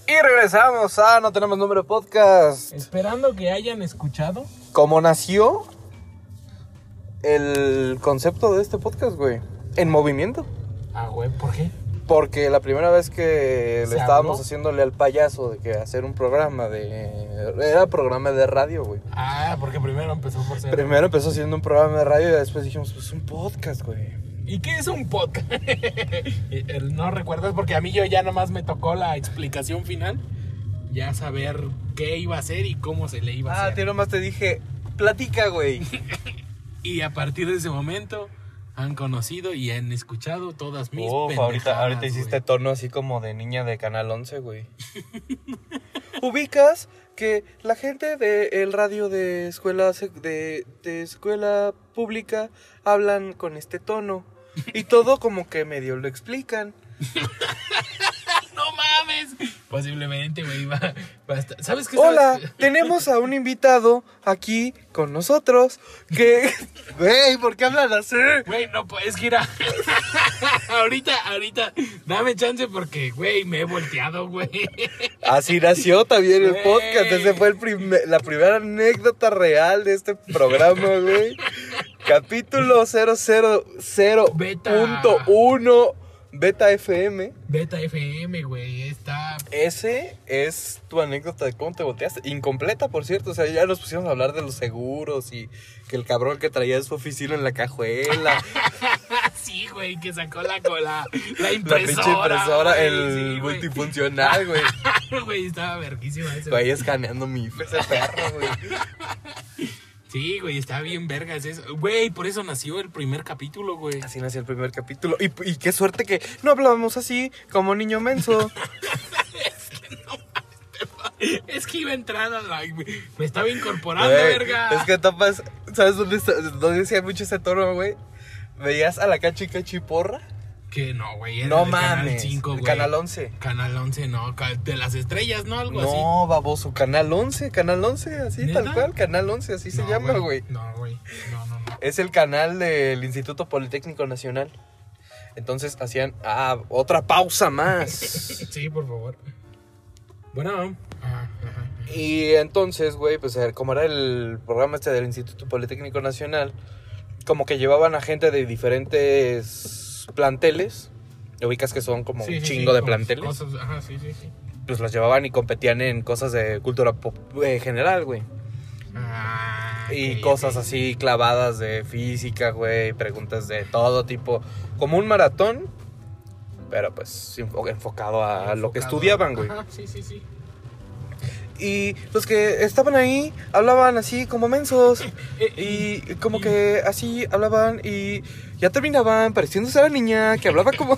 Speaker 3: Y regresamos, ah, no tenemos nombre de podcast.
Speaker 2: Esperando que hayan escuchado.
Speaker 3: ¿Cómo nació el concepto de este podcast, güey? En movimiento.
Speaker 2: Ah, güey, ¿por qué?
Speaker 3: Porque la primera vez que
Speaker 2: ¿Se
Speaker 3: le estábamos
Speaker 2: habló?
Speaker 3: haciéndole al payaso de que hacer un programa de... Era programa de radio, güey.
Speaker 2: Ah, porque primero empezó por ser.
Speaker 3: Primero empezó siendo un programa de radio y después dijimos, pues un podcast, güey.
Speaker 2: ¿Y qué es un podcast? Y, eh, no recuerdas porque a mí yo ya nomás me tocó la explicación final. Ya saber qué iba a hacer y cómo se le iba a
Speaker 3: Ah,
Speaker 2: hacer.
Speaker 3: tío, nomás te dije, platica, güey.
Speaker 2: Y a partir de ese momento han conocido y han escuchado todas mis
Speaker 3: Uf, Oh, ahorita,
Speaker 2: pendejadas,
Speaker 3: ahorita
Speaker 2: güey.
Speaker 3: hiciste tono así como de niña de Canal 11, güey. Ubicas que la gente del radio de escuela, sec- de, de escuela pública hablan con este tono. Y todo como que medio lo explican.
Speaker 2: ¡No mames! Posiblemente, güey, va, va a estar- ¿Sabes qué?
Speaker 3: Hola,
Speaker 2: ¿Sabes?
Speaker 3: tenemos a un invitado aquí con nosotros que... Güey, ¿por qué hablan así?
Speaker 2: Güey, no pues, puedes girar. ahorita, ahorita. Dame chance porque, güey, me he volteado, güey.
Speaker 3: Así nació también el
Speaker 2: Güey.
Speaker 3: podcast. Esa fue el prime- la primera anécdota real de este programa, güey. Capítulo 000.1 Beta FM.
Speaker 2: Beta FM, güey, está...
Speaker 3: Ese es tu anécdota de cómo te volteaste. Incompleta, por cierto. O sea, ya nos pusimos a hablar de los seguros y que el cabrón que traía su oficina en la cajuela,
Speaker 2: Ah, Sí, güey, que sacó la cola. La
Speaker 3: la
Speaker 2: impresora.
Speaker 3: pinche impresora,
Speaker 2: güey,
Speaker 3: el
Speaker 2: sí, güey.
Speaker 3: multifuncional, güey.
Speaker 2: Güey, estaba verguísima ese.
Speaker 3: Ahí escaneando mi ese perro, güey.
Speaker 2: Sí, güey, está bien vergas eso. Güey, por eso nació el primer capítulo, güey.
Speaker 3: Así nació el primer capítulo. Y, y qué suerte que no hablábamos así, como niño menso.
Speaker 2: Es que iba a entrar a la... Me estaba incorporando,
Speaker 3: Güey,
Speaker 2: verga.
Speaker 3: es que tapas, ¿sabes dónde, está- dónde decía mucho ese tono, güey? Veías a la cachi cachiporra.
Speaker 2: Que no, güey. era
Speaker 3: No
Speaker 2: de Canal
Speaker 3: mames.
Speaker 2: 5,
Speaker 3: el
Speaker 2: güey.
Speaker 3: canal 11.
Speaker 2: Canal 11, no. ca- De las estrellas, ¿no? Algo así.
Speaker 3: No, baboso, canal 11, canal 11, así
Speaker 2: ¿Neta?
Speaker 3: tal cual, canal 11, así se
Speaker 2: No,
Speaker 3: llama, güey.
Speaker 2: No, güey. No, no, no.
Speaker 3: Es el canal del Instituto Politécnico Nacional. Entonces hacían, ah, otra pausa más.
Speaker 2: Sí, por favor. Bueno. ajá, ajá.
Speaker 3: Y entonces, güey, pues eh, como era el programa este del Instituto Politécnico Nacional, como que llevaban a gente de diferentes planteles. Ubicas que son como
Speaker 2: Sí,
Speaker 3: un
Speaker 2: sí,
Speaker 3: chingo
Speaker 2: sí,
Speaker 3: de
Speaker 2: como
Speaker 3: planteles.
Speaker 2: cosas- ajá, sí, sí, sí.
Speaker 3: Pues los llevaban y competían en cosas de cultura pop- eh, general, güey.
Speaker 2: Ah,
Speaker 3: Y
Speaker 2: ok,
Speaker 3: cosas
Speaker 2: ok.
Speaker 3: así clavadas de física, güey. Preguntas de todo tipo. Como un maratón, pero pues enfo- enfocado a lo que
Speaker 2: Enfocado.
Speaker 3: estudiaban, güey.
Speaker 2: Ajá, sí, sí, sí.
Speaker 3: Y los que estaban ahí hablaban así como mensos.
Speaker 2: Eh,
Speaker 3: Y como que así hablaban y ya terminaban pareciéndose a la niña que hablaba como...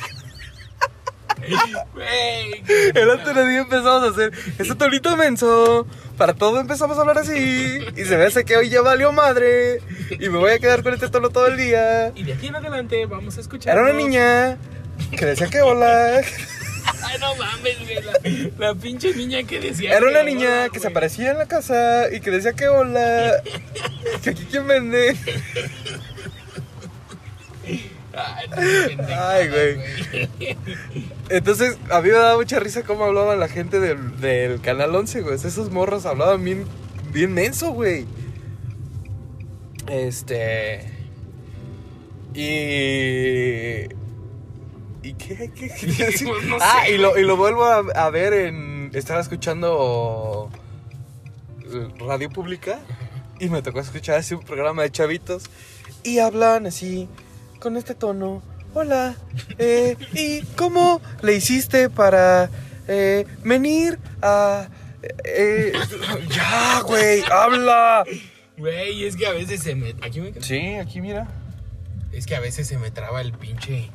Speaker 2: Güey.
Speaker 3: El otro día empezamos a hacer ese tonito menso. Para todo empezamos a hablar así. Y se me hace que hoy ya valió madre. Y me voy a quedar con este tono todo el día.
Speaker 2: Y de aquí en adelante vamos a escuchar.
Speaker 3: Era una niña que decía que hola.
Speaker 2: Ay, no mames, güey. La, la pinche niña que decía.
Speaker 3: Era una
Speaker 2: que
Speaker 3: niña
Speaker 2: hola,
Speaker 3: que se
Speaker 2: güey.
Speaker 3: aparecía en la casa y que decía que hola. Que aquí quien vende.
Speaker 2: Ay, no, pendeja,
Speaker 3: Ay, güey. Entonces, a mí me daba mucha risa cómo hablaban la gente del, del Canal 11, güey. Esos morros hablaban bien, bien menso, güey. Este... Y... ¿Y qué? ¿Qué quería decir?
Speaker 2: Pues no
Speaker 3: ah,
Speaker 2: sé,
Speaker 3: y, lo, y lo vuelvo a, a ver en... Estaba escuchando eh, radio pública y me tocó escuchar así un programa de chavitos y hablan así con este tono. Hola, eh, ¿y cómo le hiciste para eh, venir a... eh, ya, güey, habla.
Speaker 2: Güey, es que a veces se me. Aquí me quedo.
Speaker 3: Sí, aquí mira.
Speaker 2: Es que a veces se me traba el pinche.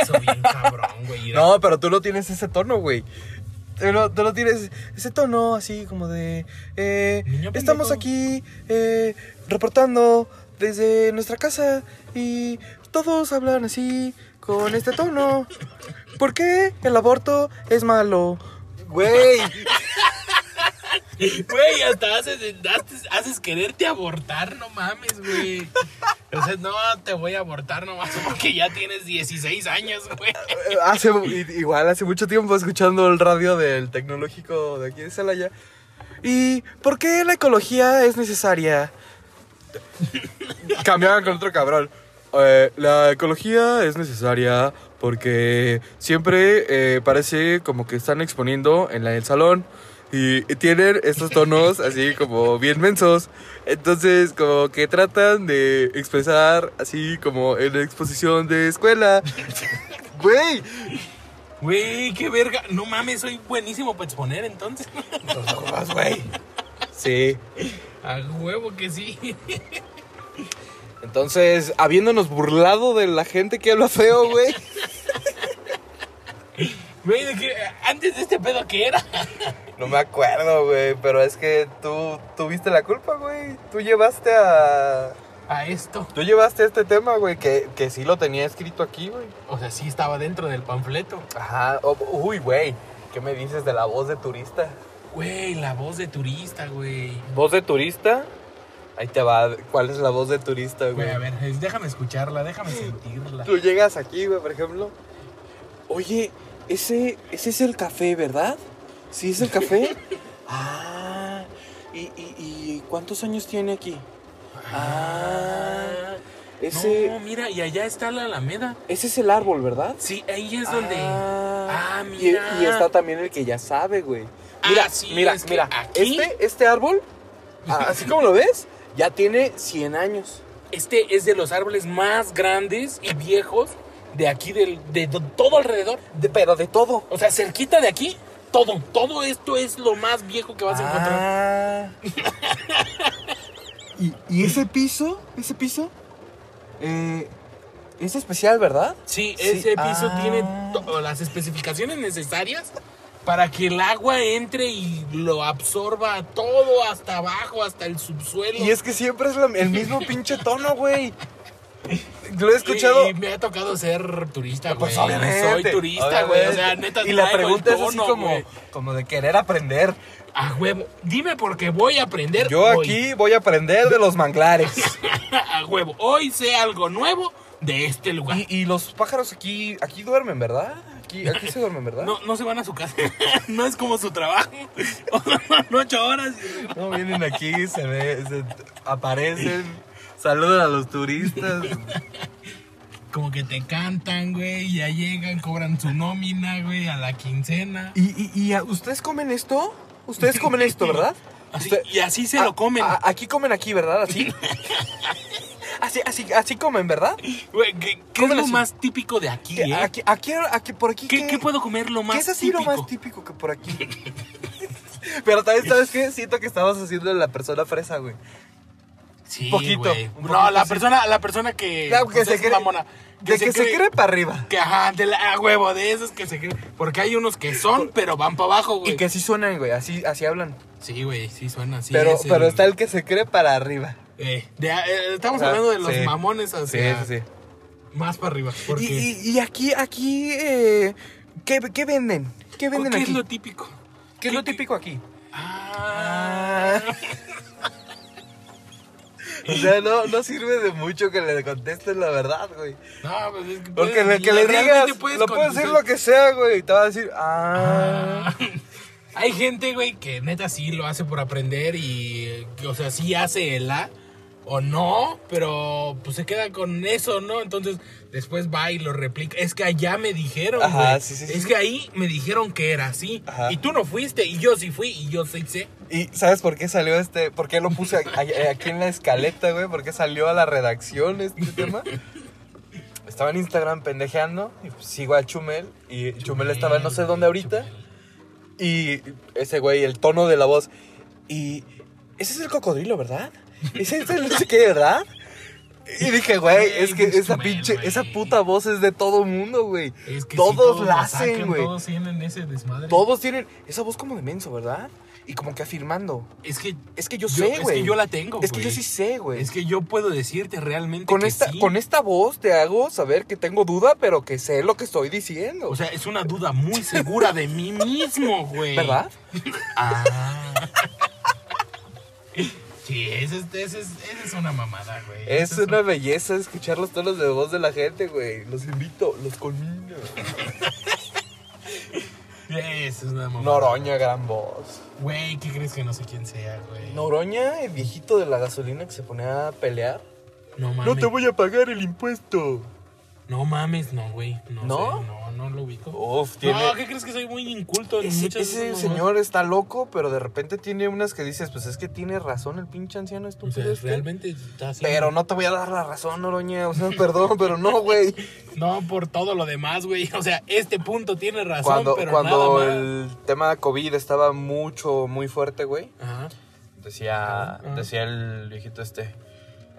Speaker 2: Eso bien cabrón, güey. Era-
Speaker 3: No, pero tú no tienes ese tono, güey. Te lo, te lo tienes ese tono así como de... eh,
Speaker 2: Niño
Speaker 3: estamos
Speaker 2: pendejo.
Speaker 3: aquí eh, reportando desde nuestra casa y todos hablan así con este tono. ¿Por qué el aborto es malo? Güey,
Speaker 2: Güey, hasta haces, haces, haces quererte abortar, no mames, güey. Entonces, no te voy a abortar nomás porque ya tienes 16 años, güey.
Speaker 3: Eh, hace, i- igual hace mucho tiempo escuchando el radio del tecnológico de aquí de Celaya. ¿Y por qué la ecología es necesaria? Cambiaban con otro cabrón. Eh, la ecología es necesaria porque siempre eh, parece como que están exponiendo en la- el salón y tienen estos tonos así como bien mensos. Entonces como que tratan de expresar así como en la exposición de escuela. Güey,
Speaker 2: Güey, qué verga. No mames, soy buenísimo para exponer entonces.
Speaker 3: güey. Sí.
Speaker 2: A huevo que sí.
Speaker 3: Entonces, habiéndonos burlado de la gente que habla feo, güey.
Speaker 2: Güey, de que antes de este pedo que era.
Speaker 3: No me acuerdo, güey, pero es que tú tuviste la culpa, güey. Tú llevaste a...
Speaker 2: A esto.
Speaker 3: Tú llevaste este tema, güey, que, que sí lo tenía escrito aquí, güey.
Speaker 2: O sea, sí estaba dentro del panfleto.
Speaker 3: Ajá. o- uy, güey, ¿qué me dices de la voz de turista?
Speaker 2: Güey, la voz de turista, güey.
Speaker 3: ¿Voz de turista? Ahí te va. ¿Cuál es la voz de turista, güey?
Speaker 2: Güey, a ver, es- déjame escucharla, déjame sentirla.
Speaker 3: Tú llegas aquí, güey, por ejemplo. Oye, ese, ese es el café, ¿verdad? ¿Sí es el café? ah, ¿y, y, y cuántos años tiene aquí? Ah, ese,
Speaker 2: No, mira, y allá está la Alameda.
Speaker 3: ese es el árbol, ¿verdad?
Speaker 2: Sí, ahí es donde.
Speaker 3: Ah,
Speaker 2: Ah,
Speaker 3: y-
Speaker 2: mira.
Speaker 3: Y, está también el que ya sabe, güey.
Speaker 2: Ah,
Speaker 3: Mira,
Speaker 2: sí,
Speaker 3: mira,
Speaker 2: es que
Speaker 3: mira.
Speaker 2: aquí-
Speaker 3: Este, este árbol, así como lo ves, ya tiene 100 años.
Speaker 2: Este es de los árboles más grandes y viejos de aquí, del, de do- todo alrededor.
Speaker 3: De- pero de todo.
Speaker 2: O sea, cerquita de aquí, todo. Todo esto es lo más viejo que
Speaker 3: Ah.
Speaker 2: vas a encontrar.
Speaker 3: ¿Y, y ese piso? ¿Ese piso? Eh, es especial, ¿verdad?
Speaker 2: Sí,
Speaker 3: Sí,
Speaker 2: ese piso
Speaker 3: ah.
Speaker 2: tiene to- las especificaciones necesarias para que el agua entre y lo absorba todo hasta abajo, hasta el subsuelo.
Speaker 3: Y es que siempre es la- el mismo pinche tono, güey. Lo he
Speaker 2: Sí,
Speaker 3: escuchado.
Speaker 2: me ha tocado ser turista, güey.
Speaker 3: Pues obviamente.
Speaker 2: Soy turista, güey. O sea,
Speaker 3: obviamente.
Speaker 2: neta,
Speaker 3: Y la
Speaker 2: traigo el
Speaker 3: pregunta es así
Speaker 2: tono,
Speaker 3: como,
Speaker 2: güey.
Speaker 3: como de querer aprender.
Speaker 2: A huevo. Dime porque voy a aprender.
Speaker 3: Yo
Speaker 2: hoy.
Speaker 3: aquí voy a aprender de los manglares.
Speaker 2: a huevo. Hoy sé algo nuevo de este lugar.
Speaker 3: y, y los pájaros aquí, aquí duermen, ¿verdad? Aquí, aquí se duermen, ¿verdad?
Speaker 2: No, no se van a su casa. no es como su trabajo. Ocho horas. y-
Speaker 3: No, vienen aquí, se ve, se aparecen, saludan a los turistas.
Speaker 2: Como que te cantan, güey. Ya llegan, cobran su nómina, güey, a la quincena.
Speaker 3: ¿Y, y, y, ah, ustedes comen esto? Ustedes comen esto, ¿verdad?
Speaker 2: Así-
Speaker 3: Usted- Ah,
Speaker 2: y así se
Speaker 3: a-
Speaker 2: lo comen.
Speaker 3: a- aquí comen aquí, ¿verdad? Así. así, así, así comen, ¿verdad?
Speaker 2: Güey, ¿qué, qué es
Speaker 3: Comen
Speaker 2: lo
Speaker 3: así.
Speaker 2: más típico de aquí, eh?
Speaker 3: Aquí, aquí, aquí, por aquí.
Speaker 2: ¿Qué, qué puedo comer lo más
Speaker 3: ¿Qué es así
Speaker 2: típico?
Speaker 3: lo más típico que por aquí? Pero también, ¿sabes qué? Siento que estabas haciendo la persona fresa, güey.
Speaker 2: Sí,
Speaker 3: Poquito,
Speaker 2: güey. No,
Speaker 3: un poquito,
Speaker 2: la
Speaker 3: sí.
Speaker 2: persona, la persona que,
Speaker 3: Claro, que
Speaker 2: pues,
Speaker 3: se
Speaker 2: es
Speaker 3: cree-
Speaker 2: mamona,
Speaker 3: de que se cree para arriba.
Speaker 2: Que ajá, de la a huevo, de esos que se creen. Porque hay unos que son, pero van para abajo, güey.
Speaker 3: Y que así suenan, güey. Así, así hablan.
Speaker 2: Sí, güey, sí suena así.
Speaker 3: pero
Speaker 2: es
Speaker 3: pero está el que se cree para arriba.
Speaker 2: eh, de- eh, estamos
Speaker 3: O sea,
Speaker 2: hablando de los
Speaker 3: sí.
Speaker 2: mamones hacia más para arriba. Porque,
Speaker 3: Y, y- y aquí, aquí, eh, ¿qué, qué venden? ¿Qué venden
Speaker 2: ¿Qué
Speaker 3: aquí?
Speaker 2: es lo típico?
Speaker 3: ¿Qué es lo típico aquí?
Speaker 2: Ah,
Speaker 3: O sea, no, no sirve de mucho que le contesten la verdad, güey.
Speaker 2: no, pues es que puedes-
Speaker 3: Porque el que le
Speaker 2: realmente
Speaker 3: digas, lo puedes decir
Speaker 2: contestar.
Speaker 3: lo que sea, güey. Y te va a decir, ah.
Speaker 2: Ah. Hay gente, güey, que neta sí lo hace por aprender y, que, o sea, sí hace el A o no, pero pues se queda con eso, ¿no? Entonces después va y lo replica. Es que allá me dijeron,
Speaker 3: Ajá,
Speaker 2: güey.
Speaker 3: sí, sí,
Speaker 2: es
Speaker 3: sí.
Speaker 2: que ahí me dijeron que era así.
Speaker 3: Ajá.
Speaker 2: Y tú no fuiste, y yo sí fui, y yo sí sé.
Speaker 3: ¿Y sabes por qué salió este? ¿Por qué lo puse a- a- aquí en la escaleta, güey? ¿Por qué salió a la redacción este tema? Estaba en Instagram pendejeando y pues, sigo a Chumel y Chumel, estaba en no sé dónde ahorita. Y ese güey, el tono de la voz. Y ese es el cocodrilo, ¿verdad? Ese es el no sé qué, ¿verdad? Y dije, güey, es que
Speaker 2: Pinche
Speaker 3: esa
Speaker 2: Chumel,
Speaker 3: pinche,
Speaker 2: güey.
Speaker 3: esa puta voz es de todo mundo, güey.
Speaker 2: Es que sí,
Speaker 3: Todos la
Speaker 2: lo
Speaker 3: hacen,
Speaker 2: sacan,
Speaker 3: güey.
Speaker 2: Todos tienen ese desmadre.
Speaker 3: Todos tienen esa voz como de menso, ¿verdad? Y como que afirmando.
Speaker 2: Es que
Speaker 3: Es que yo sé,
Speaker 2: Es
Speaker 3: güey.
Speaker 2: que yo la tengo,
Speaker 3: Es que yo
Speaker 2: güey.
Speaker 3: sí sé, güey.
Speaker 2: Es que yo puedo decirte realmente
Speaker 3: pues. con
Speaker 2: que
Speaker 3: esta,
Speaker 2: sí.
Speaker 3: con esta voz te hago saber que tengo duda, pero que sé lo que estoy diciendo.
Speaker 2: O sea, es una duda muy segura de mí mismo, güey.
Speaker 3: ¿Verdad?
Speaker 2: Ah. Sí, esa es, esa es, esa es una mamada, güey.
Speaker 3: Es
Speaker 2: Esa
Speaker 3: una belleza escuchar los tonos de voz de la gente, güey. Los invito, los conmigo.
Speaker 2: Esa es una mamada.
Speaker 3: Noroña, gran voz.
Speaker 2: Güey, ¿qué crees que no sé quién sea, güey?
Speaker 3: Noroña, el viejito de la gasolina que se ponía a pelear.
Speaker 2: no mames.
Speaker 3: No te voy a pagar el impuesto.
Speaker 2: No mames, no, güey. No,
Speaker 3: ¿No?
Speaker 2: sé, no, no lo ubico.
Speaker 3: Uf, tiene.
Speaker 2: No, ¿qué crees que soy muy inculto en
Speaker 3: Ese,
Speaker 2: muchas de
Speaker 3: ese
Speaker 2: esas mamadas?
Speaker 3: señor está loco, pero de repente tiene unas que dices, pues es que tiene razón el pinche anciano
Speaker 2: O sea,
Speaker 3: estúpido. este.
Speaker 2: realmente está así.
Speaker 3: Pero no te voy a dar la razón, Noroña. O sea, perdón, pero no, güey.
Speaker 2: No por todo lo demás, güey. O sea, este punto tiene razón,
Speaker 3: Cuando,
Speaker 2: pero
Speaker 3: cuando
Speaker 2: nada más.
Speaker 3: el tema de COVID estaba mucho, muy fuerte, güey.
Speaker 2: Ajá.
Speaker 3: Decía,
Speaker 2: Ajá.
Speaker 3: decía el viejito este.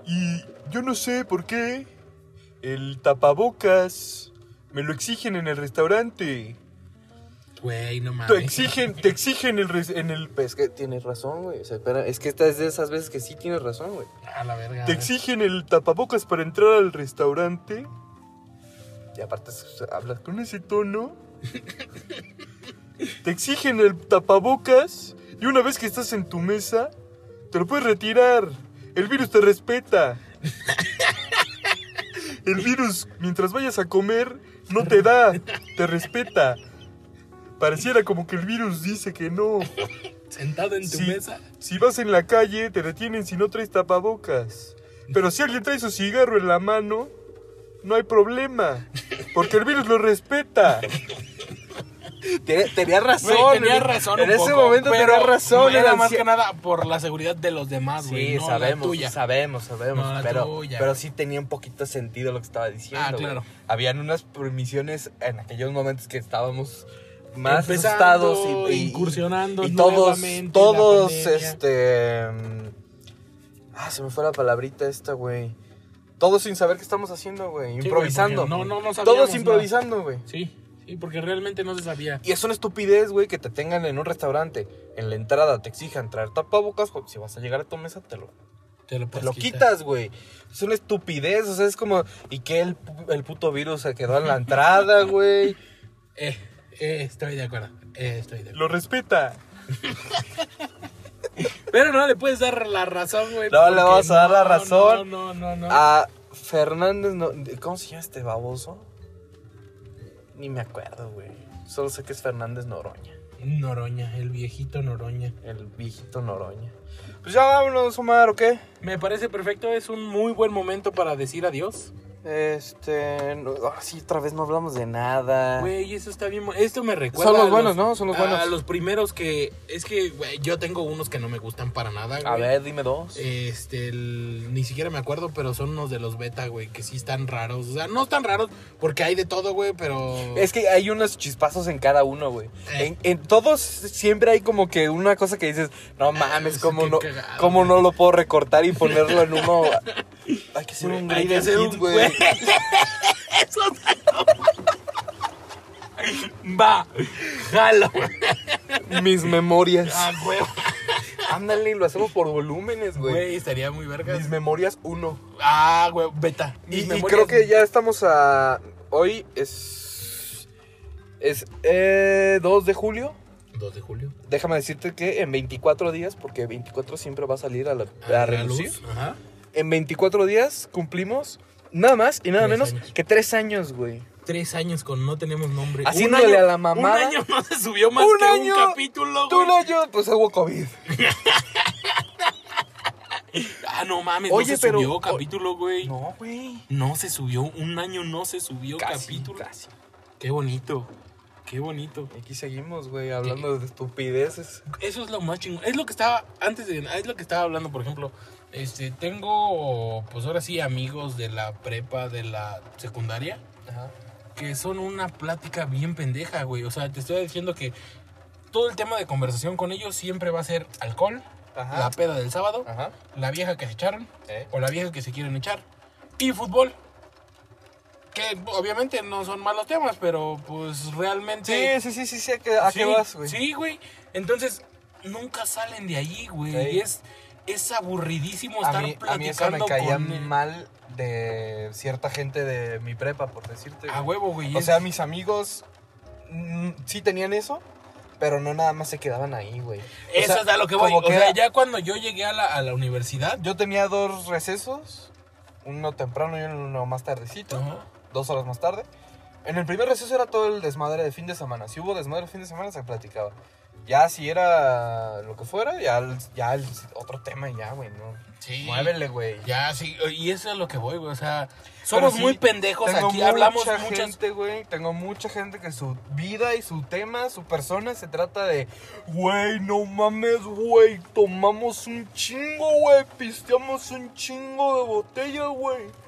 Speaker 3: Y yo no sé por qué el tapabocas me lo exigen en el restaurante.
Speaker 2: Güey, no mames.
Speaker 3: Te exigen, te exigen el res- en el... Ah, Pues Es que tienes razón, güey. O sea, espera, es que esta es de esas veces que sí tienes razón, güey.
Speaker 2: A la verga.
Speaker 3: Te exigen el tapabocas para entrar al restaurante. Y aparte o sea, hablas con ese tono. te exigen el tapabocas y una vez que estás en tu mesa, te lo puedes retirar. El virus te respeta. El virus, mientras vayas a comer, no te da, te respeta. Pareciera como que el virus dice que no.
Speaker 2: Sentado en tu
Speaker 3: Sí.
Speaker 2: mesa.
Speaker 3: Si vas en la calle, te detienen si no traes tapabocas. Pero si alguien trae su cigarro en la mano, no hay problema. Porque el virus lo respeta. Tenía, razón.
Speaker 2: Güey, tenía razón.
Speaker 3: En
Speaker 2: un
Speaker 3: ese
Speaker 2: poco,
Speaker 3: momento
Speaker 2: pero
Speaker 3: tenía razón.
Speaker 2: Era
Speaker 3: el
Speaker 2: más
Speaker 3: anci-
Speaker 2: que nada por la seguridad de los demás, Ah, güey.
Speaker 3: Sí,
Speaker 2: no
Speaker 3: sabemos,
Speaker 2: La tuya.
Speaker 3: sabemos, sabemos,
Speaker 2: No la
Speaker 3: pero,
Speaker 2: tuya.
Speaker 3: pero sí tenía un poquito de sentido lo que estaba diciendo.
Speaker 2: Ah, claro.
Speaker 3: güey. Habían unas permisiones en aquellos momentos que estábamos más
Speaker 2: Empezando,
Speaker 3: asustados y, y-
Speaker 2: incursionando
Speaker 3: y todos,
Speaker 2: nuevamente la
Speaker 3: todos,
Speaker 2: pandemia.
Speaker 3: este, mm, ah, se me fue la palabrita esta, güey. Todos sin saber qué estamos haciendo, güey,
Speaker 2: güey,
Speaker 3: improvisando.
Speaker 2: porque no- no- no sabíamos
Speaker 3: todos
Speaker 2: nada.
Speaker 3: improvisando, güey.
Speaker 2: Sí, sí, porque realmente no se sabía.
Speaker 3: Y es una estupidez, güey, que te tengan en un restaurante, en la entrada te exijan traer tapabocas, jo- si vas a llegar a tu mesa te lo
Speaker 2: Te lo, puedes
Speaker 3: te Pues lo
Speaker 2: quitar.
Speaker 3: quitas, güey. Es una estupidez, o sea, es como, ¿y que el, pu- el puto virus se quedó en la entrada, güey?
Speaker 2: Eh, eh, estoy de acuerdo. Eh, estoy de acuerdo.
Speaker 3: respeta.
Speaker 2: Pero no le puedes dar la razón, güey.
Speaker 3: No le
Speaker 2: porque
Speaker 3: vamos a dar la
Speaker 2: no,
Speaker 3: razón.
Speaker 2: No, no, no. no.
Speaker 3: A Fernández, no- ¿cómo se llama este baboso? Ni me acuerdo, güey. Solo sé que es Fernández Noroña,
Speaker 2: Noroña, el viejito Noroña.
Speaker 3: el viejito Noroña. Pues ya vámonos, Omar, ¿o qué?
Speaker 2: Me parece perfecto, es un muy buen momento para decir adiós.
Speaker 3: Este, no- ahora sí, otra vez no hablamos de nada.
Speaker 2: Güey, eso está bien. mo- Esto me recuerda.
Speaker 3: Son los
Speaker 2: a
Speaker 3: buenos, ¿no? Son los
Speaker 2: A
Speaker 3: buenos.
Speaker 2: los primeros que. Es que, güey, yo tengo unos que no me gustan para nada, güey.
Speaker 3: A ver, dime dos.
Speaker 2: Este, el- ni siquiera me acuerdo, pero son unos de los beta, güey, que sí están raros. O sea, no están raros porque hay de todo, güey, pero.
Speaker 3: Es que hay unos chispazos en cada uno, güey.
Speaker 2: Eh.
Speaker 3: En, en todos siempre hay como que una cosa que dices, no mames,
Speaker 2: sí,
Speaker 3: ¿cómo,
Speaker 2: Ah, qué
Speaker 3: no,
Speaker 2: cagado,
Speaker 3: cómo no lo puedo recortar y ponerlo en uno? Hay que hacer
Speaker 2: Güey,
Speaker 3: un
Speaker 2: hay que
Speaker 3: greatest
Speaker 2: hacer
Speaker 3: hits,
Speaker 2: un-
Speaker 3: güey.
Speaker 2: Eso Va, jalo.
Speaker 3: Mis memorias.
Speaker 2: Ah, güey.
Speaker 3: Ándale, lo hacemos por volúmenes, güey.
Speaker 2: Güey, estaría muy verga.
Speaker 3: Mis memorias uno.
Speaker 2: Ah, güey, beta.
Speaker 3: Y,
Speaker 2: Mis
Speaker 3: y
Speaker 2: memorias-
Speaker 3: creo que ya estamos a... Hoy es... Es eh, 2 de julio.
Speaker 2: 2 de julio.
Speaker 3: Déjame decirte que en 24 días, porque 24 siempre va a salir a
Speaker 2: A
Speaker 3: la, a
Speaker 2: Ah, la
Speaker 3: relucir.
Speaker 2: luz, Ajá.
Speaker 3: En 24 días cumplimos nada más y nada
Speaker 2: Tres
Speaker 3: menos
Speaker 2: años.
Speaker 3: que tres años, güey.
Speaker 2: Tres años con no tenemos nombre.
Speaker 3: Haciéndole a la mamada.
Speaker 2: Un año no se subió más
Speaker 3: Un
Speaker 2: que
Speaker 3: año,
Speaker 2: un capítulo,
Speaker 3: Tú
Speaker 2: güey.
Speaker 3: no, yo, pues hubo COVID.
Speaker 2: Ah, no mames,
Speaker 3: Oye,
Speaker 2: no se
Speaker 3: pero-
Speaker 2: subió capítulo, güey. No.
Speaker 3: No, güey.
Speaker 2: se subió, un año no se subió
Speaker 3: Casi,
Speaker 2: capítulo.
Speaker 3: casi.
Speaker 2: Qué bonito, qué bonito.
Speaker 3: Aquí seguimos, güey, hablando de estupideces.
Speaker 2: Eso es lo más chingón. Es lo que estaba, antes de, es lo que estaba hablando, por ejemplo. Este, tengo, pues ahora sí, amigos de la prepa, de la secundaria.
Speaker 3: Ajá.
Speaker 2: que son una plática bien pendeja, güey. O sea, te estoy diciendo que todo el tema de conversación con ellos siempre va a ser alcohol,
Speaker 3: Ajá.
Speaker 2: la peda del sábado,
Speaker 3: Ajá.
Speaker 2: la vieja que se echaron
Speaker 3: Eh.
Speaker 2: o la vieja que se quieren echar. y fútbol. Que obviamente no son malos temas, pero pues realmente.
Speaker 3: Sí, sí, sí, sí, sí, ¿a qué, a qué vas, güey?
Speaker 2: Sí, güey. Entonces, nunca salen de ahí, güey.
Speaker 3: Sí.
Speaker 2: Y es, es aburridísimo
Speaker 3: A
Speaker 2: estar
Speaker 3: mí, a mí eso
Speaker 2: platicando
Speaker 3: me caía
Speaker 2: con el-
Speaker 3: mal de cierta gente de mi prepa, por decirte.
Speaker 2: A
Speaker 3: güey.
Speaker 2: huevo, Ah, güey.
Speaker 3: O
Speaker 2: es-
Speaker 3: sea, mis amigos mm, sí tenían eso, pero no nada más se quedaban ahí, güey. O
Speaker 2: eso
Speaker 3: sea,
Speaker 2: es a lo que voy.
Speaker 3: como
Speaker 2: O sea,
Speaker 3: era-
Speaker 2: ya cuando yo llegué a la, a la universidad.
Speaker 3: Yo tenía dos recesos, uno temprano y uno más tardecito,
Speaker 2: Ajá.
Speaker 3: dos horas más tarde. En el primer receso era todo el desmadre de fin de semana. Si hubo desmadre el fin de semana, se platicaba. Ya si era lo que fuera, ya, el- ya el otro tema, y ya, güey, no.
Speaker 2: Sí.
Speaker 3: Muévele, güey.
Speaker 2: Ya, sí. Y eso es lo que voy, güey. O sea, somos
Speaker 3: sí,
Speaker 2: muy pendejos
Speaker 3: Tengo
Speaker 2: aquí. Hablamos
Speaker 3: mucha
Speaker 2: muchas.
Speaker 3: gente, güey. Tengo mucha gente que su vida y su tema, su persona se trata de, güey, no mames, güey. Tomamos un chingo, güey. Pisteamos un chingo de botella, güey.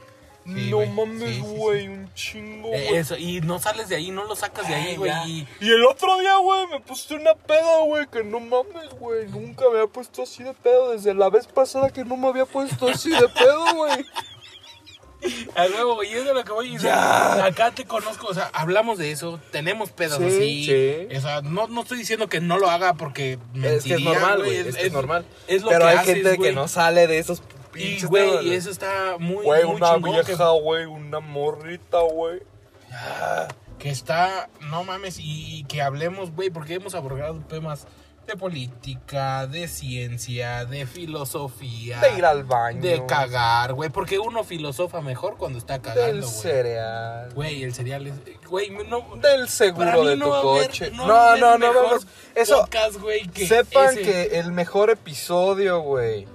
Speaker 2: Sí,
Speaker 3: no
Speaker 2: güey. Sí,
Speaker 3: mames,
Speaker 2: sí, sí.
Speaker 3: güey, un chingo,
Speaker 2: Eh,
Speaker 3: güey.
Speaker 2: Eso, y no sales de ahí, no lo sacas de ahí,
Speaker 3: Ay,
Speaker 2: güey.
Speaker 3: ya.
Speaker 2: y-
Speaker 3: Y el otro día, güey, me puse una peda, güey, que no mames, güey. Nunca me había puesto así de pedo. Desde la vez pasada que no me había puesto así de pedo, güey.
Speaker 2: A huevo, güey, es de lo que voy. y Acá te conozco, o sea, hablamos de eso, tenemos pedos
Speaker 3: Sí,
Speaker 2: así.
Speaker 3: sí.
Speaker 2: O sea, no, no estoy diciendo que no lo haga porque
Speaker 3: Es que es
Speaker 2: mentiría,
Speaker 3: normal, güey. Es, que es normal.
Speaker 2: Es lo
Speaker 3: Pero
Speaker 2: que
Speaker 3: hay
Speaker 2: haces,
Speaker 3: gente
Speaker 2: güey.
Speaker 3: que no sale de esos
Speaker 2: Y,
Speaker 3: pinches.
Speaker 2: güey,
Speaker 3: temas,
Speaker 2: y eso está muy,
Speaker 3: Güey,
Speaker 2: muy
Speaker 3: una
Speaker 2: chingón que-
Speaker 3: vieja, güey, una morrita, güey.
Speaker 2: que está, no mames, y, y que hablemos, güey, porque hemos abordado temas de política, de ciencia, de filosofía,
Speaker 3: De ir al baño.
Speaker 2: de cagar, güey, porque uno filosofa mejor cuando está
Speaker 3: Del
Speaker 2: cagando, güey.
Speaker 3: cereal.
Speaker 2: Güey, el cereal es, güey, no,
Speaker 3: Del
Speaker 2: para
Speaker 3: seguro
Speaker 2: mí
Speaker 3: de
Speaker 2: no
Speaker 3: tu
Speaker 2: va a haber-
Speaker 3: coche.
Speaker 2: no,
Speaker 3: No,
Speaker 2: va a
Speaker 3: no,
Speaker 2: haber
Speaker 3: no,
Speaker 2: mejor
Speaker 3: vamos. Eso,
Speaker 2: podcast, güey, que
Speaker 3: sepan
Speaker 2: ese.
Speaker 3: que el mejor episodio, güey.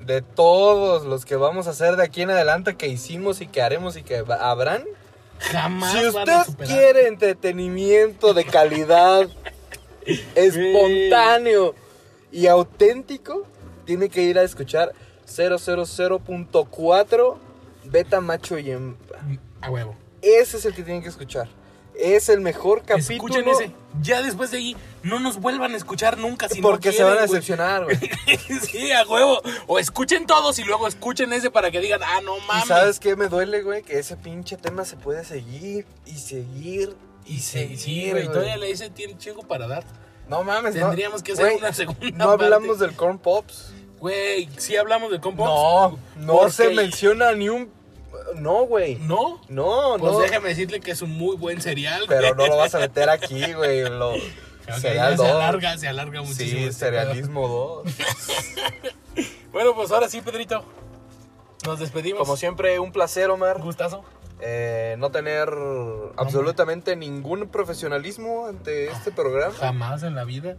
Speaker 3: De todos los que vamos a hacer de aquí en adelante, que hicimos y que haremos y que va- habrán.
Speaker 2: jamás
Speaker 3: Si
Speaker 2: van a
Speaker 3: usted
Speaker 2: superar.
Speaker 3: quiere entretenimiento de calidad, espontáneo y auténtico, tiene que ir a escuchar 000.4 Beta Macho y
Speaker 2: Mm, a huevo.
Speaker 3: Ese es el que tienen que escuchar. Es el mejor capítulo.
Speaker 2: Escuchen ese. Ya después de ahí no nos vuelvan a escuchar nunca si no
Speaker 3: porque se van
Speaker 2: quieren,
Speaker 3: a
Speaker 2: güey.
Speaker 3: decepcionar, güey.
Speaker 2: sí, a huevo. O escuchen todos y luego escuchen ese para que digan, ah, no
Speaker 3: ¿Y
Speaker 2: mames.
Speaker 3: sabes qué me duele, güey? Que ese pinche tema se puede seguir y seguir y,
Speaker 2: Y se-
Speaker 3: seguir.
Speaker 2: sí, güey,
Speaker 3: güey.
Speaker 2: todavía le dice tiene chingo para dar.
Speaker 3: No mames, no.
Speaker 2: Tendríamos que hacer
Speaker 3: Güey,
Speaker 2: una segunda
Speaker 3: No hablamos
Speaker 2: parte.
Speaker 3: del Corn Pops.
Speaker 2: Güey, sí hablamos de compost.
Speaker 3: No, no
Speaker 2: Porque-
Speaker 3: se menciona ni un. No, güey.
Speaker 2: ¿No?
Speaker 3: No,
Speaker 2: Pues
Speaker 3: no.
Speaker 2: déjame decirle que es un muy buen cereal,
Speaker 3: Pero no lo vas a meter aquí, güey. Lo...
Speaker 2: Ok,
Speaker 3: Serial
Speaker 2: ya se
Speaker 3: 2.
Speaker 2: alarga, se alarga muchísimo.
Speaker 3: Sí,
Speaker 2: este
Speaker 3: serialismo 2.
Speaker 2: pedo. Bueno, pues ahora sí, Pedrito. Nos despedimos.
Speaker 3: Como siempre, un placer, Omar.
Speaker 2: gustazo.
Speaker 3: Eh, no tener absolutamente ningún profesionalismo ante este programa.
Speaker 2: Jamás en la vida.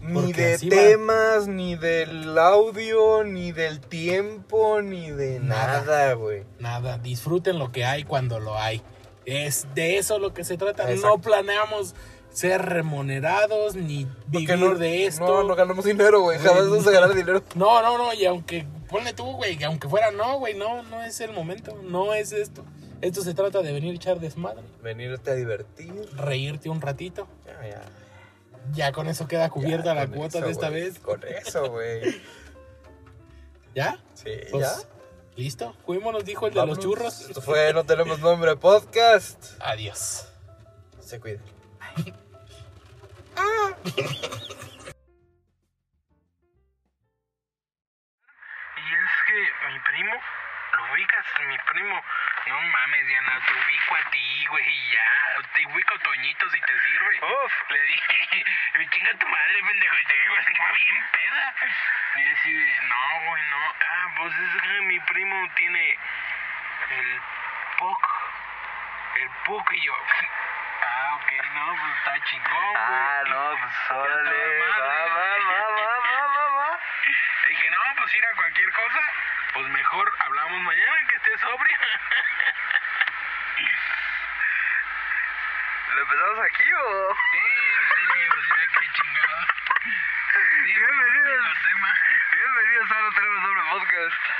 Speaker 3: Ni
Speaker 2: Ah, porque
Speaker 3: de
Speaker 2: así va.
Speaker 3: temas, ni del audio, ni del tiempo, ni de
Speaker 2: Nada.
Speaker 3: nada, güey.
Speaker 2: Nada, disfruten lo que hay cuando lo hay. Es de eso lo que se trata.
Speaker 3: Exacto.
Speaker 2: No planeamos ser remunerados ni
Speaker 3: Porque
Speaker 2: vivir de esto.
Speaker 3: No, no ganamos dinero, güey.
Speaker 2: Güey,
Speaker 3: Jamás vamos a
Speaker 2: no.
Speaker 3: ganar dinero.
Speaker 2: No, no, no, y aunque, ponle tú, güey, que aunque fuera, no, güey, no, no es el momento, no es esto. Esto se trata de venir a echar desmadre,
Speaker 3: Venirte a divertir.
Speaker 2: reírte un ratito.
Speaker 3: Ya, ya.
Speaker 2: Ya con eso queda cubierta
Speaker 3: Ya,
Speaker 2: la
Speaker 3: con
Speaker 2: cuota
Speaker 3: eso,
Speaker 2: de esta
Speaker 3: güey.
Speaker 2: vez.
Speaker 3: Con eso, güey.
Speaker 2: ¿Ya?
Speaker 3: Sí,
Speaker 2: Pues,
Speaker 3: ya.
Speaker 2: ¿Listo? Fuimos, nos dijo el de los
Speaker 3: Vámonos.
Speaker 2: churros.
Speaker 3: Esto fue No Tenemos Nombre Podcast.
Speaker 2: Adiós.
Speaker 3: Se cuida.
Speaker 5: Y es que mi primo, lo ubicas, mi primo. No mames, Diana, te ubico a ti, güey, y ya. Te ubico a Toñito si te sirve. Uf, le dije, "Me chinga tu madre, pendejo, y te digo, estaba bien peda. Y yo así de, no, güey, no. Ah, pues es que mi primo tiene el POC. El POC y yo. Ah, ok, no, pues está chingón, güey.
Speaker 4: Ah, no, pues
Speaker 5: Ya está
Speaker 4: órale, va,
Speaker 5: madre.
Speaker 4: va, va, va, va, va.
Speaker 5: Y dije, no, pues ir a cualquier cosa, pues mejor hablamos mañana que esté sobria.
Speaker 4: ¿Lo empezamos aquí o...?
Speaker 5: Sí, sí, pues ya qué chingado. Sí,
Speaker 4: Bienvenidos.
Speaker 5: tema.
Speaker 4: Bienvenidos a No Tenemos Nombre Podcast.